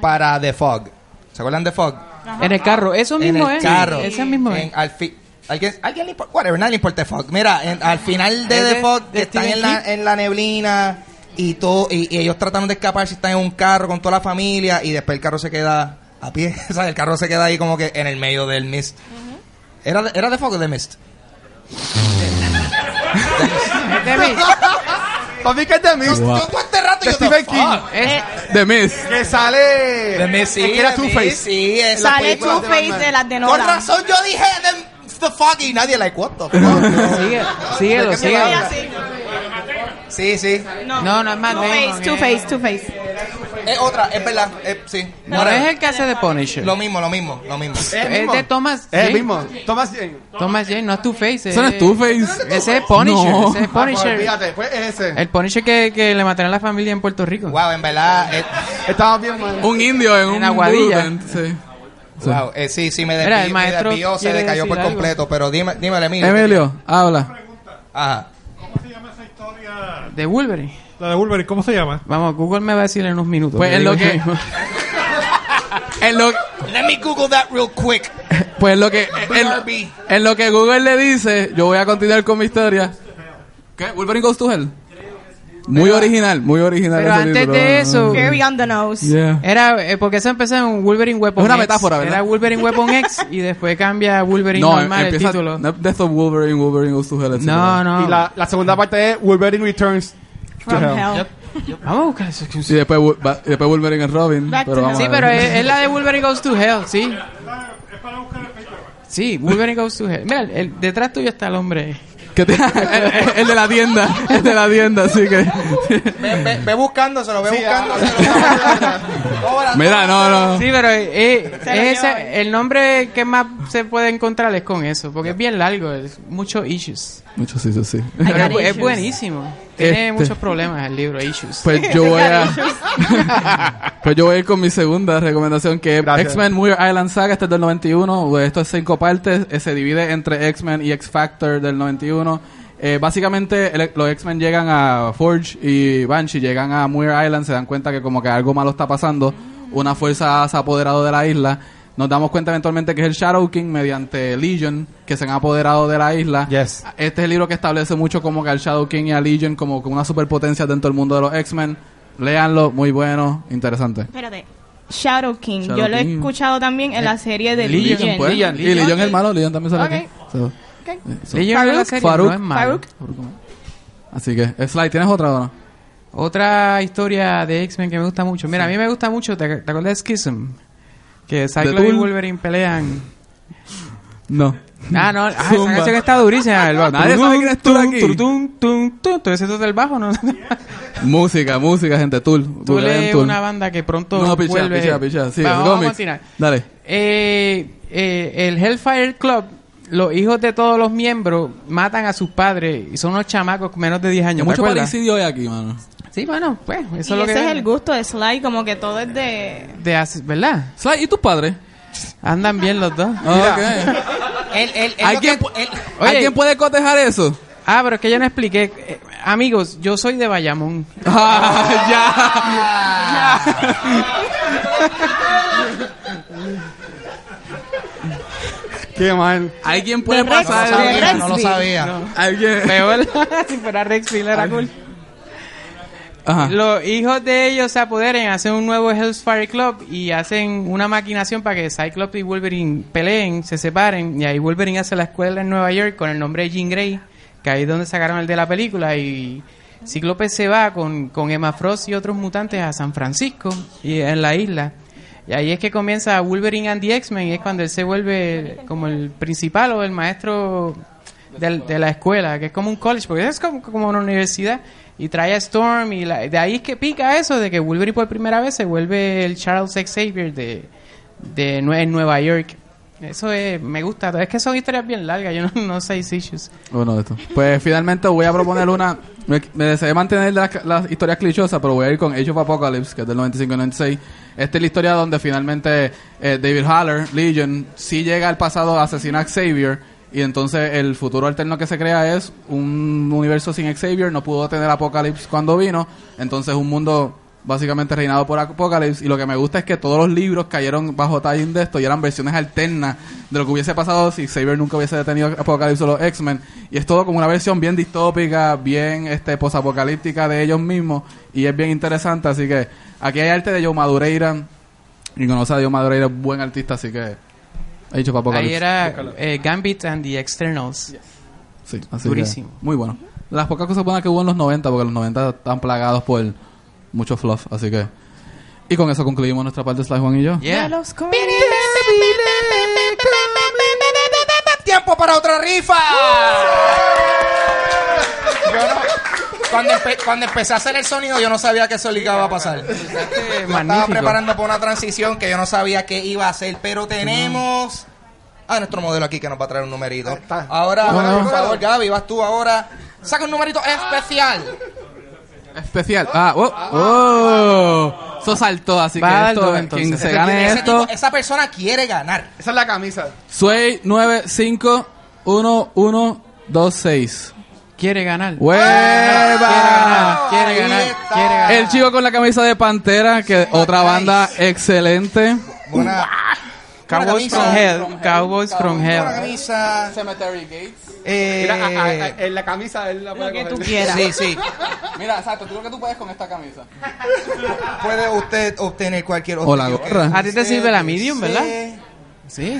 B: para The Fog. ¿Se acuerdan de The Fog?
E: En el carro, eso mismo
B: en el
E: es.
B: carro.
E: Ese mismo es.
B: En- al fi- ¿Alguien, alguien le importa? Whatever, nadie le importa The Fog. Mira, en- al final de
E: Es de-
B: The Fog,
E: de
B: están
E: Stephen
B: en la,
E: King.
B: en la neblina y, todo, y, y ellos tratan de escapar si están en un carro con toda la familia y después el carro se queda a pie. o sea, el carro se queda ahí como que en el medio del mist. ¿Era, de- ¿Era The Fog o The Mist?
E: Es de mí.
A: Para mí que es de Mist.
C: Wow.
B: Yo todo este rato
A: De
B: yo, "The
A: Stephen King.
B: Fuck".
E: Es-
C: The Miss
A: Que sale.
B: The Mist, sí,
A: Es que era
B: The Mist,
A: Two-Face.
B: Sí,
A: En
B: esa
A: las
D: Sale
A: películas de
D: Two-Face
A: Batman.
D: de las de
B: Con
D: Nolan.
B: razón yo dije The, it's the Fog y nadie like what the fuck.
E: Sigue, síguelo,
B: ¿De qué me
E: síguelo.
B: hablas? Sí, sí.
E: No, no es Matt Damon,
D: Two-Face, Two-Face, Two-Face.
B: Es otra, es verdad. es- sí.
E: No es el que hace de Punisher.
B: Lo mismo, lo mismo, lo mismo.
A: el
E: Es
A: mismo.
E: de Thomas
A: Es el
E: Jane.
A: mismo. Thomas Jane.
E: Thomas Jane, no es Two-Face.
C: Eso no es tu face.
E: Ese es Punisher.
C: No.
E: Ese es
A: Ah, pues,
E: Punisher.
A: Fíjate, fue ese.
E: El Punisher que, que le mataron a la familia en Puerto Rico.
B: Wow, en verdad. eh,
A: Estaba bien mal.
C: Un indio en, un
E: Aguadilla.
C: blue tent, sí.
B: wow, eh, sí, sí, me
E: Mira, el
B: desvió, me
E: maestro
B: desvió, se
E: quiere
B: decayó por
E: decir algo.
B: completo. Pero dime, dímelo, Emilio.
C: Emilio, habla.
B: Ajá.
F: ¿Cómo se llama esa historia?
E: De Wolverine.
F: La de Wolverine, ¿cómo se llama?
E: Vamos, Google me va a decir en unos minutos.
C: Pues
E: Te
C: en lo
E: digo
C: que-
E: yo mismo.
C: En lo,
B: Let me Google that real quick.
C: pues en lo que en,
B: BRB.
C: en lo que Google le dice, yo voy a continuar con mi historia. ¿Qué? Wolverine Goes to Hell. Muy original, muy original.
E: pero
C: ese
E: antes
C: título.
E: de eso-
D: Very on the nose.
C: Yeah.
E: Era, eh, porque eso empezó en Wolverine Weapon
C: Es una
E: X.
C: metáfora, ¿verdad?
E: Era Wolverine Weapon X y después cambia a Wolverine
C: No,
E: normal el
C: empieza
E: título.
C: no, Death of Wolverine, Wolverine Goes to Hell. etc.
E: No, no.
A: Y la, la segunda parte es Wolverine Returns.
D: From
A: Hell.
D: hell.
E: Vamos a buscar eso.
C: Y después, Wo- va- y después Wolverine en Robin.
D: Back
C: Pero
D: to
C: vamos
E: Sí,
C: a ver.
E: pero es, es la de Wolverine Goes to Hell, sí. Sí, Wolverine Goes to Hell. Mira, el- detrás tuyo está el hombre.
C: Que te- el, el de la tienda, el de la tienda, así que.
B: Ve, ve, ve buscándoselo, ve
A: Sí, ah,
B: buscándoselo. Ahora,
C: Mira, no, no.
E: Sí, pero eh, eh,
D: Se lo
E: es ese-
D: lleva hoy.
E: el nombre que más se puede encontrar es con eso, porque es bien largo, es muchos issues.
C: Muchos sí, sí, sí.
D: I
E: Pero
D: got
E: es, bu- es
D: issues.
E: buenísimo. Tiene
C: Este.
E: muchos problemas el libro, issues.
C: Pues yo voy a. pues yo voy a ir con mi segunda recomendación que es
A: Gracias.
C: X-Men Muir Island Saga, este es del 91. Esto es cinco partes. eh, se divide entre X-Men y X-Factor del 91. Eh, básicamente el- los X-Men llegan a Forge y Banshee llegan a Muir Island, se dan cuenta que como que algo malo está pasando. Una fuerza se ha apoderado de la isla. Nos damos cuenta eventualmente que es el Shadow King mediante Legion que se han apoderado de la isla.
A: Yes.
C: Este es el libro que establece mucho como que al Shadow King y a Legion como que una superpotencia dentro del mundo de los X-Men. Leanlo, muy bueno, interesante.
D: Espérate. Shadow King.
C: Shadow
D: Yo lo he
C: King.
D: escuchado también en
E: Eh,
D: la serie de
E: Legion,
D: Legion.
C: pues.
E: Legion,
C: Y Legion
D: Legion.
C: es hermano, Legion también sale aquí.
D: Ok.
C: So,
D: Ok.
C: so.
E: Legion en la
D: Farouk,
E: serie
C: Farouk,
E: no es malo.
D: Farouk.
C: Así que, Sly, ¿tienes otra o no?
E: Otra historia de X-Men que me gusta mucho. Mira, a mí me gusta mucho, ¿te, ac- te acuerdas de Schism? Que Cyclops y
C: Tool.
E: Wolverine pelean.
C: No.
E: Ah, no, ah, esa
C: Zumba.
E: canción está durísima. El bajo.
C: Nadie sabe quién es Tool aquí.
E: Tum, tum, tum. Entonces eso es del bajo, ¿no?
C: música, música, gente. Tool.
E: Tú
C: Googleen
E: lees
C: Tool.
E: una banda que pronto
C: No, pichea,
E: vuelve.
C: pichea, pichea. Sí,
E: vamos, vamos a
C: cómics.
E: continuar.
C: Dale.
E: Eh, eh, el Hellfire Club, los hijos de todos los miembros matan a sus padres y son unos chamacos con menos de 10 años. ¿te
C: Mucho
E: acuerdas?
C: parricidio hoy aquí, mano.
E: Sí, bueno, pues eso es
D: y
E: lo que...
D: ese es el gusto de Sly, como que todo es de...
E: de hace- ¿Verdad?
C: Sly, ¿y tus padres?
E: Andan bien los dos.
C: Ah. Ok.
B: él, él, él, lo que
C: ¿Alguien,
B: pu- él-
E: Oye.
C: ¿Alguien puede cotejar eso?
E: Ah, pero es que yo no expliqué. Eh, amigos, yo soy de Bayamón.
C: Ah, ya.
D: Ah.
A: Qué mal.
C: ¿Alguien puede
D: De Rex,
B: no lo
C: pasar?
D: de
B: sabía, no lo
D: Rexby.
B: sabía.
C: ¿Alguien?
E: Peor si fuera Rex Hill, era cool.
C: Ajá.
E: Los hijos de ellos se apoderen, hacen un nuevo Hellfire Club y hacen una maquinación para que Cyclops y Wolverine peleen, se separen. Y ahí Wolverine hace la escuela en Nueva York con el nombre de Jean Grey, que ahí es donde sacaron el de la película. Y Cíclope se va con, con Emma Frost y otros mutantes a San Francisco y en la isla. Y ahí es que comienza Wolverine and the X-Men, y es cuando él se vuelve como el principal o el maestro del- de, la escuela, que es como un college, porque es como, como una universidad, y trae a Storm, y la- de ahí es que pica eso de que Wolverine por primera vez se vuelve el Charles Xavier de, de Nue- en Nueva York. Eso es, me gusta, es que son historias bien largas, yo no, no sé seis issues.
C: Bueno, esto. Pues finalmente voy a proponer una. Me, me deseé mantener las, las historias clichosas, pero voy a ir con Age of Apocalypse, que es del 95-96. Esta es la historia donde finalmente eh, David Haller, Legion, sí llega al pasado, asesina a Xavier. Y entonces el futuro alterno que se crea es un universo sin Xavier. No pudo tener Apocalypse cuando vino. Entonces un mundo básicamente reinado por Apocalypse y lo que me gusta es que todos los libros cayeron bajo tie de esto y eran versiones alternas de lo que hubiese pasado si Xavier nunca hubiese detenido Apocalypse o los X-Men y es todo como una versión bien distópica, bien este posapocalíptica de ellos mismos y es bien interesante, así que aquí hay arte de Joe Madureira y conoce a Joe Madureira, es buen artista, así que he dicho para Apocalypse.
E: Ahí era eh, Gambit and the Externals.
C: Sí, así
E: Durísimo.
C: que, muy bueno. Las pocas cosas buenas que hubo en los 90, porque los 90 están plagados por mucho fluff, así que... Y con eso concluimos nuestra parte, Sly Juan y yo.
E: Yeah.
D: de los cómics.
B: ¡Tiempo para otra rifa! ¡Uh! Yo no- Cuando, empe- cuando empecé a hacer el sonido, yo no sabía que eso le iba a pasar.
E: Este,
B: Me estaba
E: magnífico.
B: preparando para una transición que yo no sabía qué iba a hacer, pero tenemos a nuestro modelo aquí que nos va a traer un numerito.
A: Ahí está.
B: Ahora,
C: No, no.
B: por favor, Gaby, vas tú ahora. Saca un numerito especial.
C: Especial. Ah, oh, oh. Eso saltó, así
E: Va
C: que
E: al
C: esto,
E: dos, entonces.
C: quien se
E: Ese
C: gane
B: Ese
C: esto,
B: tipo- esa persona quiere ganar.
A: Esa es la camisa.
C: Sway 951126.
E: Quiere ganar.
C: ¡Hueva!
E: Quiere
B: Ahí
E: ganar, quiere ganar,
B: está.
E: quiere ganar.
C: El chico con la camisa de Pantera, que otra
B: nice.
C: banda excelente.
B: Buena, buena
E: Cowboys
B: camisa.
E: from Hell. Cowboys from
B: Buena
E: Hell.
B: camisa.
C: Cemetery Gates.
B: Eh,
A: Mira, ah, a- a- a- en la camisa él la puede
D: Lo que tú
A: coger.
D: quieras.
B: sí, sí.
C: Mira, exacto, tú lo que tú puedes con esta camisa.
B: Puede usted obtener cualquier
C: O la
B: objetivo.
C: gorra.
E: A ti te sirve la medium, ¿verdad?
B: Sí.
E: Sí.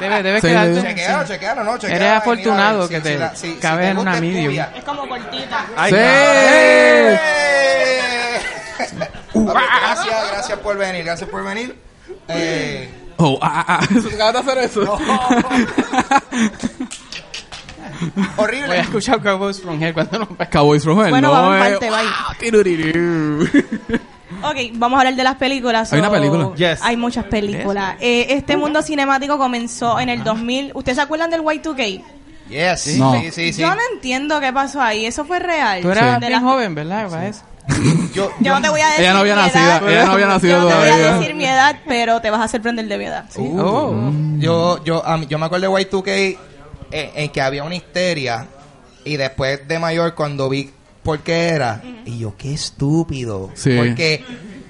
E: Debe, debes
C: Sí.
E: quedarte.
B: Chequealo, chequealo, no, chequealo.
E: Eres afortunado
B: Mira,
E: que te cabe en
B: gusta
E: una
B: es
E: medium.
B: tuya.
D: Es como cortita.
A: Ay,
C: ¡Sí!
B: Eh. Papi, Gracias, gracias por venir, gracias por venir. Eh,
C: Oh, ah, ah, ah. Acabas de hacer eso.
E: Voy a
B: horrible.
E: escuchar Cowboys from Hell cuando no
C: Cowboys from Hell,
D: Bueno,
C: no,
D: vamos en
C: eh.
D: parte, bye.
C: Ah, tiruriru.
D: Ok, vamos a hablar de las películas.
C: Hay una
D: So,
C: película.
A: Yes.
D: Hay muchas películas. Eh, este mundo cinemático comenzó en
C: Ah.
D: el 2000. ¿Ustedes se acuerdan del Y2K?
B: Yes.
C: No.
B: Sí, sí, sí.
D: Yo no entiendo qué pasó ahí. Eso fue real.
E: Tú eras
C: Sí.
D: De
E: bien
D: las-
E: joven, ¿verdad? Para eso.
B: Yo,
D: Yo no te voy a decir
C: Ella no había
D: mi
C: nacido,
D: edad.
C: ella no había nacido
D: Yo no te voy a decir
C: todavía.
D: mi edad, pero te vas a sorprender de mi edad.
B: Uh,
E: Oh.
B: yo, yo, a mí- yo me acuerdo de Y2K en, eh, en que había una histeria y después de mayor cuando vi por qué era y yo qué estúpido
C: Sí.
B: porque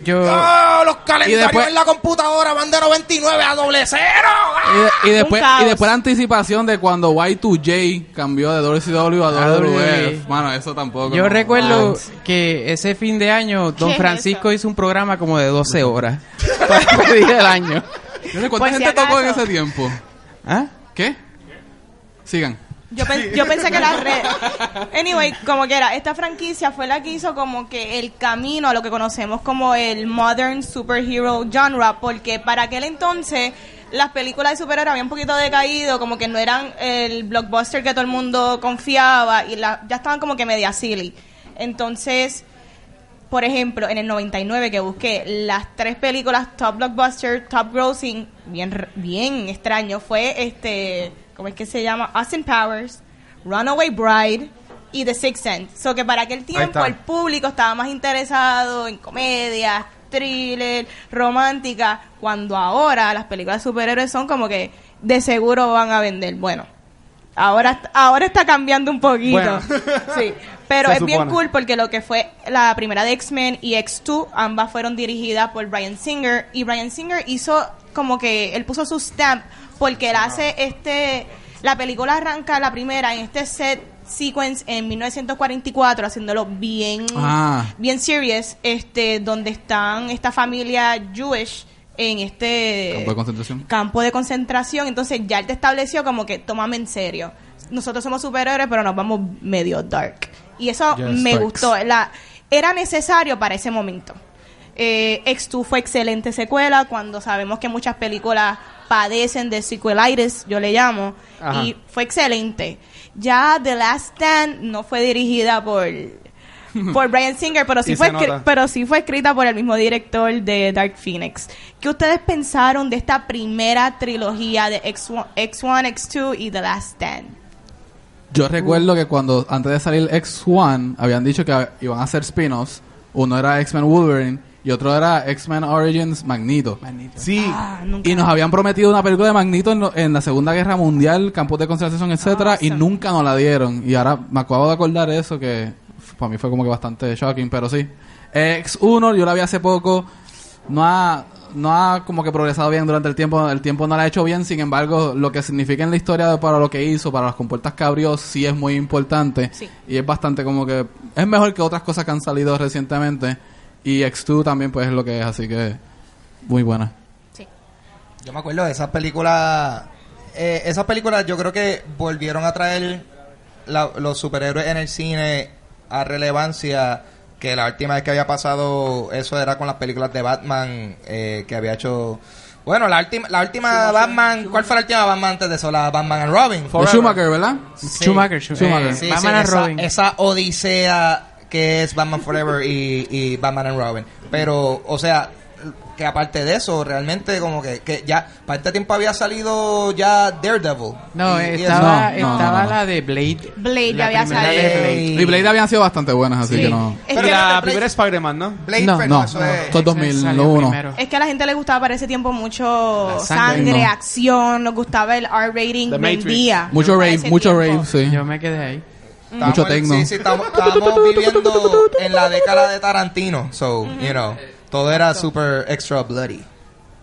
E: Yo.
B: ¡Oh, los calendarios
C: después-
B: en la computadora van de 99 a doble cero ¡Ah!
C: Y, de- y después,
D: caos.
C: y después la anticipación de cuando Y2J cambió de WCW a WWF.
E: WWE.
C: Mano, eso tampoco.
E: Yo
C: no. Ah,
E: recuerdo que ese fin de año Don
D: es
E: Francisco
D: eso?
E: hizo un programa como de 12 horas para pedir el año.
C: Yo sé ¿Cuánta
D: Pues si
C: gente tocó en
D: acaso.
C: ese tiempo?
E: ¿Ah?
C: ¿Qué? Sigan.
D: Yo, pen- yo pensé que la red. Anyway, como quiera, esta franquicia fue la que hizo como que el camino a lo que conocemos como el modern superhero genre, porque para aquel entonces las películas de superhéroes habían un poquito decaído, como que no eran el blockbuster que todo el mundo confiaba y la- ya estaban como que media silly. Entonces, por ejemplo, en el 99 que busqué las tres películas top blockbuster, top grossing, bien r- bien extraño fue este, ¿cómo es que se llama? Austin Powers, Runaway Bride y The Sixth Sense. So que para aquel tiempo
A: está.
D: el público estaba más interesado en comedias, thriller, romántica, cuando ahora las películas de superhéroes son como que de seguro van a vender. Bueno, Ahora, ahora está cambiando un poquito.
A: Bueno.
D: Sí. Pero
A: Se
D: es bien
A: supone.
D: cool porque lo que fue la primera de X-Men y X2, ambas fueron dirigidas por Brian Singer. Y Brian Singer hizo como que él puso su stamp porque él hace este. La película arranca la primera en este set sequence en 1944, haciéndolo bien
C: Ah.
D: bien serious, este, donde están esta familia Jewish en este
C: Campo de concentración.
D: campo de concentración. Entonces ya él te estableció como que tómame en serio. Nosotros somos superhéroes, pero nos vamos medio dark. Y eso
C: Yes,
D: me
C: darks.
D: gustó. La, era necesario para ese momento. Eh, X2 fue excelente secuela cuando sabemos que muchas películas padecen de sequelitis, yo le llamo,
A: Ajá.
D: y fue excelente. Ya The Last Stand no fue dirigida por por Brian Singer, pero sí
A: Y
D: fue
A: se
D: escri-
A: nota.
D: pero sí fue escrita por el mismo director de Dark Phoenix. ¿Qué ustedes pensaron de esta primera trilogía de X1, X1 X2 y The Last Stand?
C: Yo recuerdo que cuando antes de salir X1 habían dicho que iban a hacer spin-offs. Uno era X-Men Wolverine y otro era X-Men Origins Magneto.
A: Sí.
C: Y nos habían prometido una película de Magneto en, lo- en la Segunda Guerra Mundial, campos de concentración, etcétera, y
D: Awesome.
C: nunca nos la dieron. Y ahora me acabo de acordar de eso que f- para mí fue como que bastante shocking, pero sí. X1 yo la vi hace poco, no ha no ha como que progresado bien durante el tiempo, el tiempo no la ha hecho bien, sin embargo, lo que significa en la historia de- para lo que hizo, para las compuertas que abrió, sí es muy importante
D: Sí.
C: y es bastante como que es mejor que otras cosas que han salido recientemente y X2 también pues es lo que es, así que muy buena.
B: Yo me acuerdo de esas películas. eh, esas películas yo creo que volvieron a traer la- los superhéroes en el cine a relevancia. Que la última vez que había pasado eso era con las películas de Batman eh, que había hecho. Bueno, la última, la última Batman. ¿Cuál fue la última Batman antes de eso? La Batman and Robin.
C: De Schumacher, ¿verdad?
B: Sí.
E: Schumacher, Schu-
C: Schumacher.
E: eh,
B: Sí, sí,
E: Batman and
B: esa,
E: Robin.
B: esa odisea que es Batman Forever y, y Batman and Robin. Pero, o sea, que aparte de eso, realmente como que, que ya, para este tiempo había salido ya Daredevil.
E: No, eh,
B: Y- y
E: estaba,
C: No, no,
E: estaba
C: no, no.
E: la de Blade.
D: Blade
E: La
D: ya había
E: primera de
D: salido.
E: Blade.
B: eso.
C: Y Blade habían sido bastante buenas, así
D: Sí.
C: que no.
D: Es
A: Pero
D: que-
A: la
B: Blade-
A: primera Spider-Man, ¿no?
B: Blade,
C: no,
B: pero
C: no,
B: eso es-
C: Esto es
E: Salió
C: 2001.
E: primero.
D: Es que a la gente le gustaba para ese tiempo mucho
E: La
D: sangre,
E: sangre.
C: No.
D: acción, nos gustaba el R rating,
A: The Matrix.
D: vendía.
C: Mucho
D: Para
C: rave,
D: ese
C: mucho
D: tiempo.
C: rave, sí.
E: Yo me quedé ahí.
B: Estamos-
C: Mucho tecno.
B: Sí, sí, estamos, estábamos viviendo en la década de Tarantino. So, you know, todo era super extra bloody.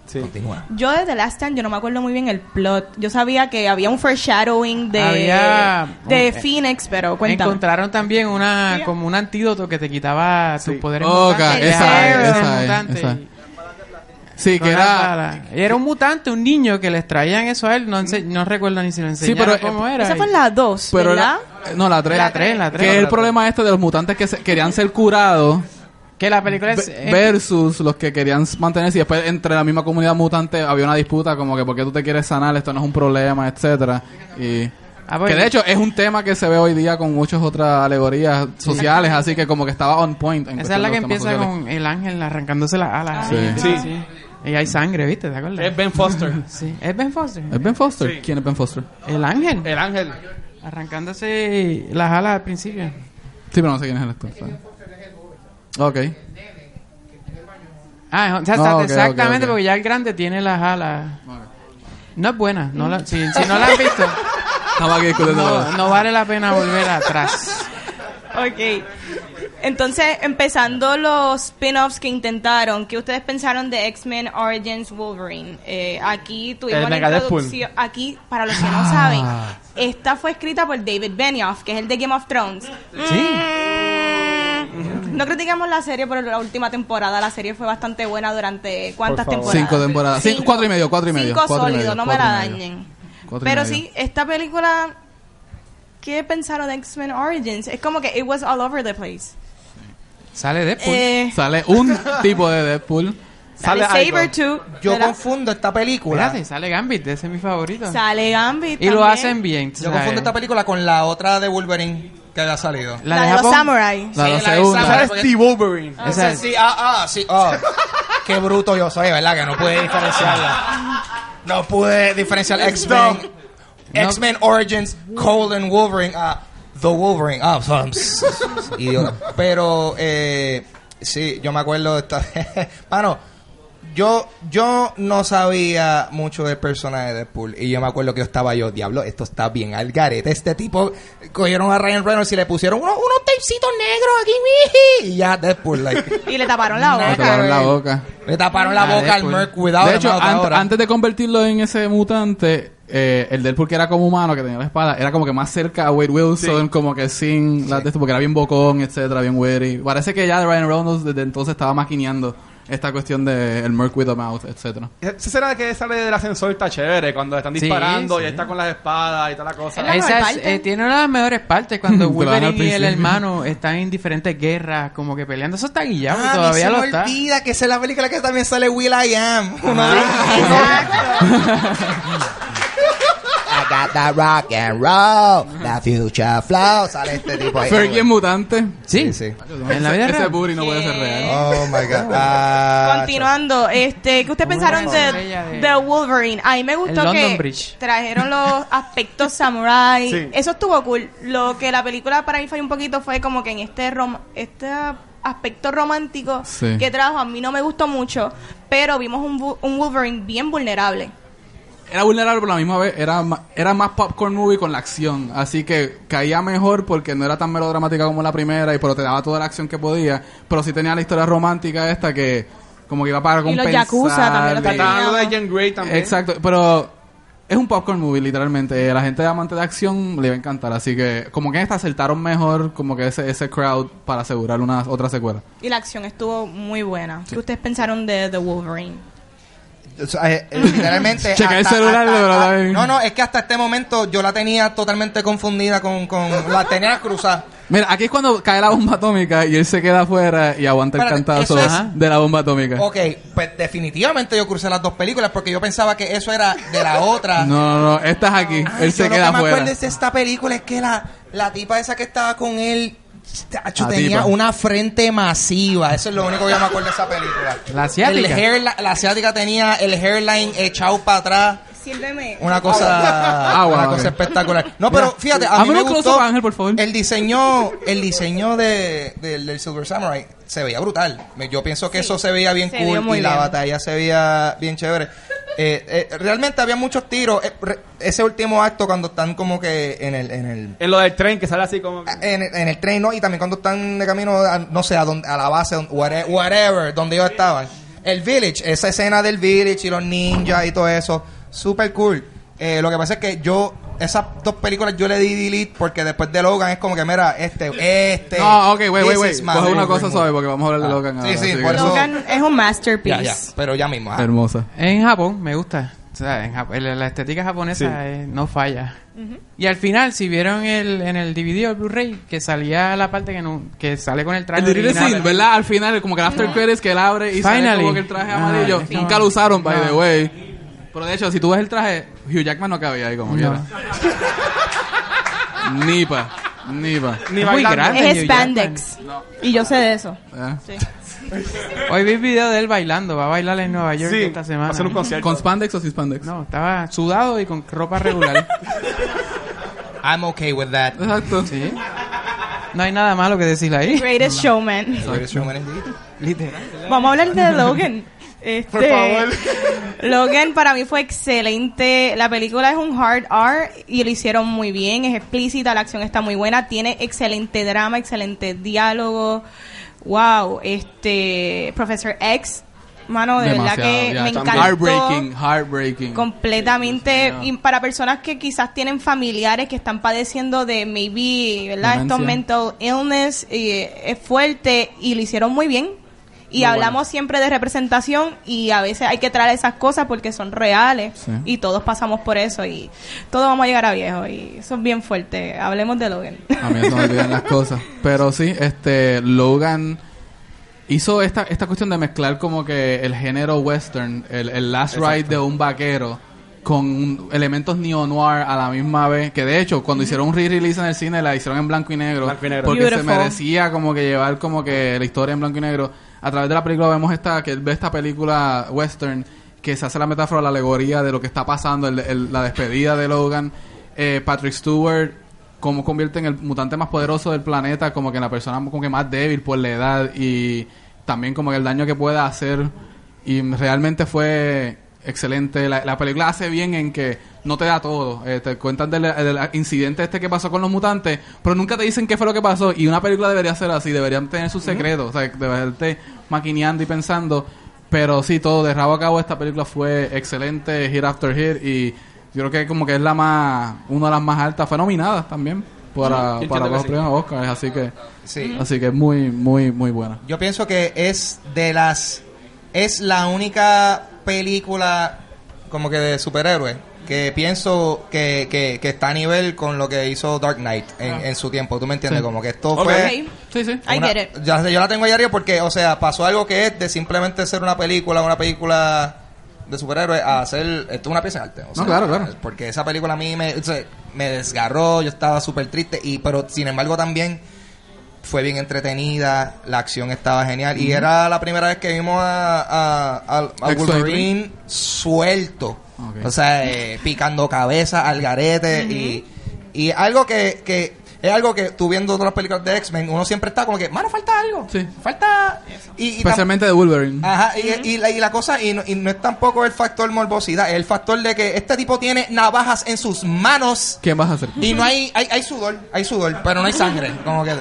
A: Sí.
B: Continúa.
D: Yo de The Last Time yo no me acuerdo muy bien el plot. Yo sabía que había un foreshadowing de
E: Había-
D: de
E: un-
D: Phoenix, pero cuéntame.
E: Encontraron también una
D: Sí.
E: como un antídoto que te quitaba tus
A: Sí.
E: poderes
C: Oca,
E: mutantes.
D: esa es,
E: Era
D: esa
E: un
C: es,
E: mutante
C: esa es.
E: y-
C: Sí, que
E: con las
C: era.
E: balas. Y era un mutante, un niño que les traían eso a él. No, ense- no recuerdo ni si lo enseñaron
C: pero,
E: cómo
C: eh,
E: era.
D: Esa fue
E: y-
D: la 2,
C: Pero
D: ¿verdad?
C: la- no, la 3.
E: La tres, la tres.
C: Que
E: La
C: el
E: tres.
C: problema este de los mutantes que se- querían ser curados
E: Que la película es... eh,
C: ve-
E: es-
C: versus los que querían mantenerse. Y después entre la misma comunidad mutante había una disputa como que por qué tú te quieres sanar, esto no es un problema, etcétera Y.
E: Ah, bueno.
C: Que de hecho es un tema que se ve hoy día con muchas otras alegorías sociales, así que como que estaba on point. en
E: esa es
C: cuestión
E: la
C: de
E: que
C: los temas
E: empieza
C: sociales.
E: con el ángel arrancándose las alas.
C: Sí.
E: Ahí,
A: Sí.
E: Y hay sangre, ¿viste? ¿Te acuerdas?
A: Es Ben Foster.
E: Sí. Es Ben Foster.
C: ¿Es Ben Foster? ¿Quién es Ben Foster?
E: El ángel.
A: El ángel.
E: Arrancándose las alas al principio.
C: Sí, pero no sé quién es el actor. ¿sabes? Ok.
E: Ah, o sea,
C: No,
E: está-
C: ok, ok,
E: exactamente,
C: ok.
E: porque ya el grande tiene las alas. No es buena. No la, si, si no la has visto,
C: Estaba aquí discutiendo la
E: no,
C: verdad.
E: no vale la pena volver atrás.
D: Ok. Entonces, empezando los spin-offs que intentaron, ¿qué ustedes pensaron de X-Men Origins Wolverine? Eh, aquí tuvimos
A: El
D: una
A: Mega Deadpool.
D: introducción. Aquí, para los que no saben,
C: Ah.
D: esta fue escrita por David Benioff, que es el de Game of Thrones. Mm. No criticamos la serie por la última temporada. La serie fue bastante buena durante cuántas
A: Por favor.
D: temporadas.
C: Cinco temporadas. Cin- cuatro y medio, cuatro y medio,
D: Cinco
C: cuatro y
D: sólidos,
C: medio,
D: no me
C: cuatro
D: la
C: y medio.
D: dañen.
C: Cuatro y
D: Pero
C: medio.
D: sí, esta película ¿Qué pensaron de X-Men Origins? Es como que it was all over the place.
E: Sale Deadpool.
D: Eh,
C: Sale un tipo de Deadpool.
A: Sale
D: sale
A: algo.
D: Sabertooth.
B: Yo
D: ¿verdad?
B: confundo esta película.
E: Espérate, sale Gambit, ese es mi favorito.
D: Sale Gambit.
E: y lo
D: también.
E: hacen bien. tú
B: Yo
E: sabes.
B: confundo esta película con la otra de Wolverine que había salido.
D: La, de,
E: Japón.
D: los Samurai.
C: La,
B: Sí,
C: la
B: la de
C: segunda.
B: Sale
A: Sale
B: porque-
A: Steve Wolverine.
E: Esa-
B: Ese sí, ah, ah, sí, ah. Qué bruto yo soy, ¿verdad? Que no pude diferenciarla. No pude diferenciar X-Men. X-Men Origins, Colon Wolverine, ah, The Wolverine. Ah, so- I'm s- s- s- idiota. Pero, eh, sí, yo me acuerdo de esta. Mano, yo, yo no sabía mucho del personaje de Deadpool. Y yo me acuerdo que yo estaba yo, diablo, esto está bien al garete. Este tipo cogieron a Ryan Reynolds y le pusieron unos, unos tapecitos negros aquí, y ya Deadpool, like.
D: Y le taparon la
C: Le
B: Nada.
D: boca.
C: taparon la boca.
B: Le taparon la
E: Ah,
B: boca al
E: Deadpool.
B: Merc without
C: de hecho,
B: a mouth
C: an-
B: ahora.
C: antes de convertirlo en ese mutante, eh, el Deadpool que era como humano, que tenía la espada, era como que más cerca a Wade Wilson, como que sin la de esto, porque era bien bocón, etcétera, bien witty. Parece que ya Ryan Reynolds desde entonces estaba maquineando esta cuestión de el Merc with a Mouth, etcétera.
A: Esa será que sale del ascensor está chévere cuando están
E: Sí,
A: disparando y
E: sí.
A: está con las espadas y toda la cosa.
D: la mejor
E: Esa es-
D: parte.
E: eh, tiene una de las mejores partes cuando
C: Te la dan al
E: Wolverine y el
C: principio.
E: hermano están en diferentes guerras, como que peleando. Eso está guillado y
B: a mí
E: pues, todavía
B: se
E: lo
B: me
E: está.
B: Ah, olvida que esa es la película que también sale Will I Am. Uno de-
D: Exacto.
B: I got that rock and roll, that future flow. Sale este tipo ahí.
C: Fergie es mutante.
E: Sí,
B: Sí, sí.
E: En la vida
C: ese, ese
E: real.
C: booty no puede ser real.
B: Oh my god. Ah,
D: Continuando, este, ¿qué ustedes
E: Una
D: pensaron
E: estrella
D: de,
E: de-
D: de Wolverine? A mí me gustó
E: El London
D: que
E: Bridge.
D: trajeron los aspectos samurai.
A: Sí.
D: Eso estuvo cool. Lo que la película para mí falló un poquito fue como que en este rom este aspecto romántico
C: Sí.
D: que trajo a mí no me gustó mucho, pero vimos un, bu- un Wolverine bien vulnerable.
C: Era vulnerable, pero a la misma vez era, ma- era más popcorn movie con la acción. Así que caía mejor porque no era tan melodramática como la primera, y pero te daba toda la acción que podía. Pero sí tenía la historia romántica esta que como que iba para
D: Y los
C: compensar.
D: yakuza también lo
C: y-
D: tenía.
A: Tratando de Jen Grey también.
C: Exacto, pero es un popcorn movie literalmente. A la gente de amante de acción le va a encantar. Así que como que esta acertaron mejor como que ese, ese crowd para asegurar una otra secuela.
D: Y la acción estuvo muy buena. ¿Qué ustedes pensaron de The Wolverine?
B: O sea, eh, literalmente.
C: Checa el celular, de verdad,
B: hasta-
C: bien.
B: No, no, es que hasta este momento yo la tenía totalmente confundida con. con la tenía cruzada.
C: Mira, aquí es cuando cae la bomba atómica y él se queda afuera y aguanta el
B: Espérate,
C: cantazo
B: eso es-
C: ajá, de la bomba atómica.
B: Ok, pues definitivamente yo crucé las dos películas porque yo pensaba que eso era de la otra.
C: No, no, no, esta es aquí.
B: Ah,
C: él
B: yo
C: se
B: lo
C: queda
B: que me
C: afuera.
B: acuerdo es de esta película es que la, la tipa esa que estaba con él Tacho,
C: La
B: tenía
C: tipa.
B: una frente masiva. Eso es lo único que yo me acuerdo de esa película.
E: La asiática.
B: El hairla- la asiática tenía el hairline echado para atrás.
D: Sírveme.
B: Una cosa,
C: Ah, bueno,
B: una
C: ok.
B: cosa espectacular. No, pero fíjate, a mí
C: Hazme
B: me
C: un close-up,
B: gustó
C: Ángel, por favor.
B: el diseño, el diseño de, del- del Silver Samurai se veía brutal. Me- Yo pienso que
D: Sí.
B: eso se veía bien
D: Se
B: cool
D: vio
B: y
D: muy
B: la
D: bien.
B: batalla se veía bien chévere. Eh, eh, realmente había muchos tiros. Eh, re- ese último acto cuando están como que en el, en el
A: En lo del tren que sale así como. que-
B: en, el- en el tren, ¿no? Y también cuando están de camino, a, no sé, a, dónde- a la base, donde- whate- whatever, donde ellos estaban. El village, esa escena del village y los ninjas y todo eso, super cool. Eh, lo que pasa es que yo, esas dos películas yo le di delete porque después de Logan es como que, mira, este, este.
C: No, ok, wait,
B: this
C: wait,
B: is
C: wait.
B: my
C: Coge una cosa
B: favorite movie.
C: suave porque vamos a hablar de
B: Ah.
C: Logan
B: Sí,
C: ahora.
B: sí,
C: así
B: por
C: que-
B: eso-
D: Logan es un masterpiece.
B: Ya, ya, pero ya mismo. ah.
C: Hermosa.
E: En Japón, me gusta. O sea, en Jap- la la estética japonesa
A: Sí.
E: eh, no falla. Y al final, si vieron el, en el DVD o el Blu-ray, que salía la parte que, no, que sale con el traje
C: El de Little
E: original.
C: Sin, ¿verdad? Al final, como que el after credits que él abre y sale
E: Finally.
C: como que el traje
E: Ah,
C: amarillo.
E: es que
C: Nunca
E: no.
C: lo usaron, by the
E: No.
C: way. Pero de hecho, si tú ves el traje, Hugh Jackman no cabía ahí como
E: No.
C: quiera. Nipa, nipa.
A: Ni
E: Es muy
A: bailando.
E: grande.
D: Es
E: Hugh
D: spandex. Y yo sé de eso.
B: ¿Eh?
D: Sí.
E: Hoy vi video de él bailando. Va a bailar en Nueva York
A: Sí,
E: esta semana.
A: hacer un concierto.
C: ¿Con spandex o sin spandex?
E: No, estaba sudado y con ropa regular.
B: I'm okay with that.
C: Exacto.
E: sí. No hay nada malo que decirle ahí.
D: Greatest Showman.
E: Literal.
D: Vamos a hablar de Logan. Este,
A: Por favor.
D: Logan para mí fue excelente. La película es un hard R y lo hicieron muy bien. Es explícita, la acción está muy buena. Tiene excelente drama, excelente diálogo. Wow, este Professor X, mano, de verdad que
C: ya,
D: me
C: también.
D: encantó.
C: Heartbreaking, heartbreaking.
D: Completamente.
C: Sí, sí, sí,
D: y para personas que quizás tienen familiares que están padeciendo de maybe, ¿verdad? Estos
C: Demencia.
D: mental illness y, eh, es fuerte y lo hicieron muy bien. Y
C: Muy
D: hablamos
C: bueno.
D: siempre de representación y a veces hay que traer esas cosas porque son reales
C: Sí.
D: y todos pasamos por eso y todos vamos a llegar a viejo y eso es bien fuerte. Hablemos de Logan.
C: A mí se me olvidan las cosas. Pero sí, este Logan hizo esta, esta cuestión de mezclar como que el género western, el, el last ride de un vaquero, con un- elementos neo-noir a la misma vez. Que de hecho, cuando hicieron un re-release en el cine, la hicieron en blanco y negro.
A: Blanco y negro.
C: Porque
D: Beautiful.
C: se merecía como que llevar como que la historia en blanco y negro. A través de la película vemos esta, que él ve esta película western que se hace la metáfora, la alegoría de lo que está pasando, el- el- la despedida de Logan, eh, Patrick Stewart, cómo convierte en el mutante más poderoso del planeta, como que en la persona como que más débil por la edad y también como que el daño que pueda hacer. Y realmente fue excelente. La, la película hace bien en que no te da todo. Eh, te cuentan del, del incidente este que pasó con los mutantes, pero nunca te dicen qué fue lo que pasó. Y una película debería ser así, deberían tener sus secretos, o sea, deberían maquineando y pensando. Pero sí, todo de rabo a cabo esta película fue excelente, hit after hit, y yo creo que como que es la más, una de las más altas, fue nominada también para,
A: Sí, yo entiendo
C: para
A: que
C: los
A: sí.
C: premios Oscars, así que,
B: Sí.
C: así que es muy, muy, muy buena.
B: Yo pienso que es de las. Es la única película como que de superhéroes que pienso que, que, que está a nivel con lo que hizo Dark Knight en, en su tiempo. ¿Tú me entiendes?
C: Sí.
B: Como que esto
A: Ok.
B: fue.
D: Ok.
C: Sí, sí.
D: I
B: una-
D: get it.
B: ya sé, yo la tengo ahí arriba porque, o sea, pasó algo que es de simplemente ser una película, una película de superhéroes a hacer esto es una pieza de arte. o sea,
C: claro, claro.
B: Porque esa película a mí me, o sea, me desgarró, yo estaba súper triste, y pero sin embargo también fue bien entretenida, la acción estaba genial y era la primera vez que vimos a, a, a- a
C: Ex-Wolverine.
B: Wolverine suelto,
C: Ok.
B: o sea, eh, picando cabeza al garete y, y algo que, que es algo que tú viendo otras películas de X-Men, uno siempre está como que, mano, falta algo,
C: Sí.
B: falta... Y, y tam-
C: Especialmente de Wolverine.
B: Ajá, y, y la, y la cosa, y no, y no es tampoco el factor morbosidad, es el factor de que este tipo tiene navajas en sus manos
C: ¿Quién vas a hacer?
B: y no hay, hay, hay sudor, hay sudor, pero no hay sangre. Como que,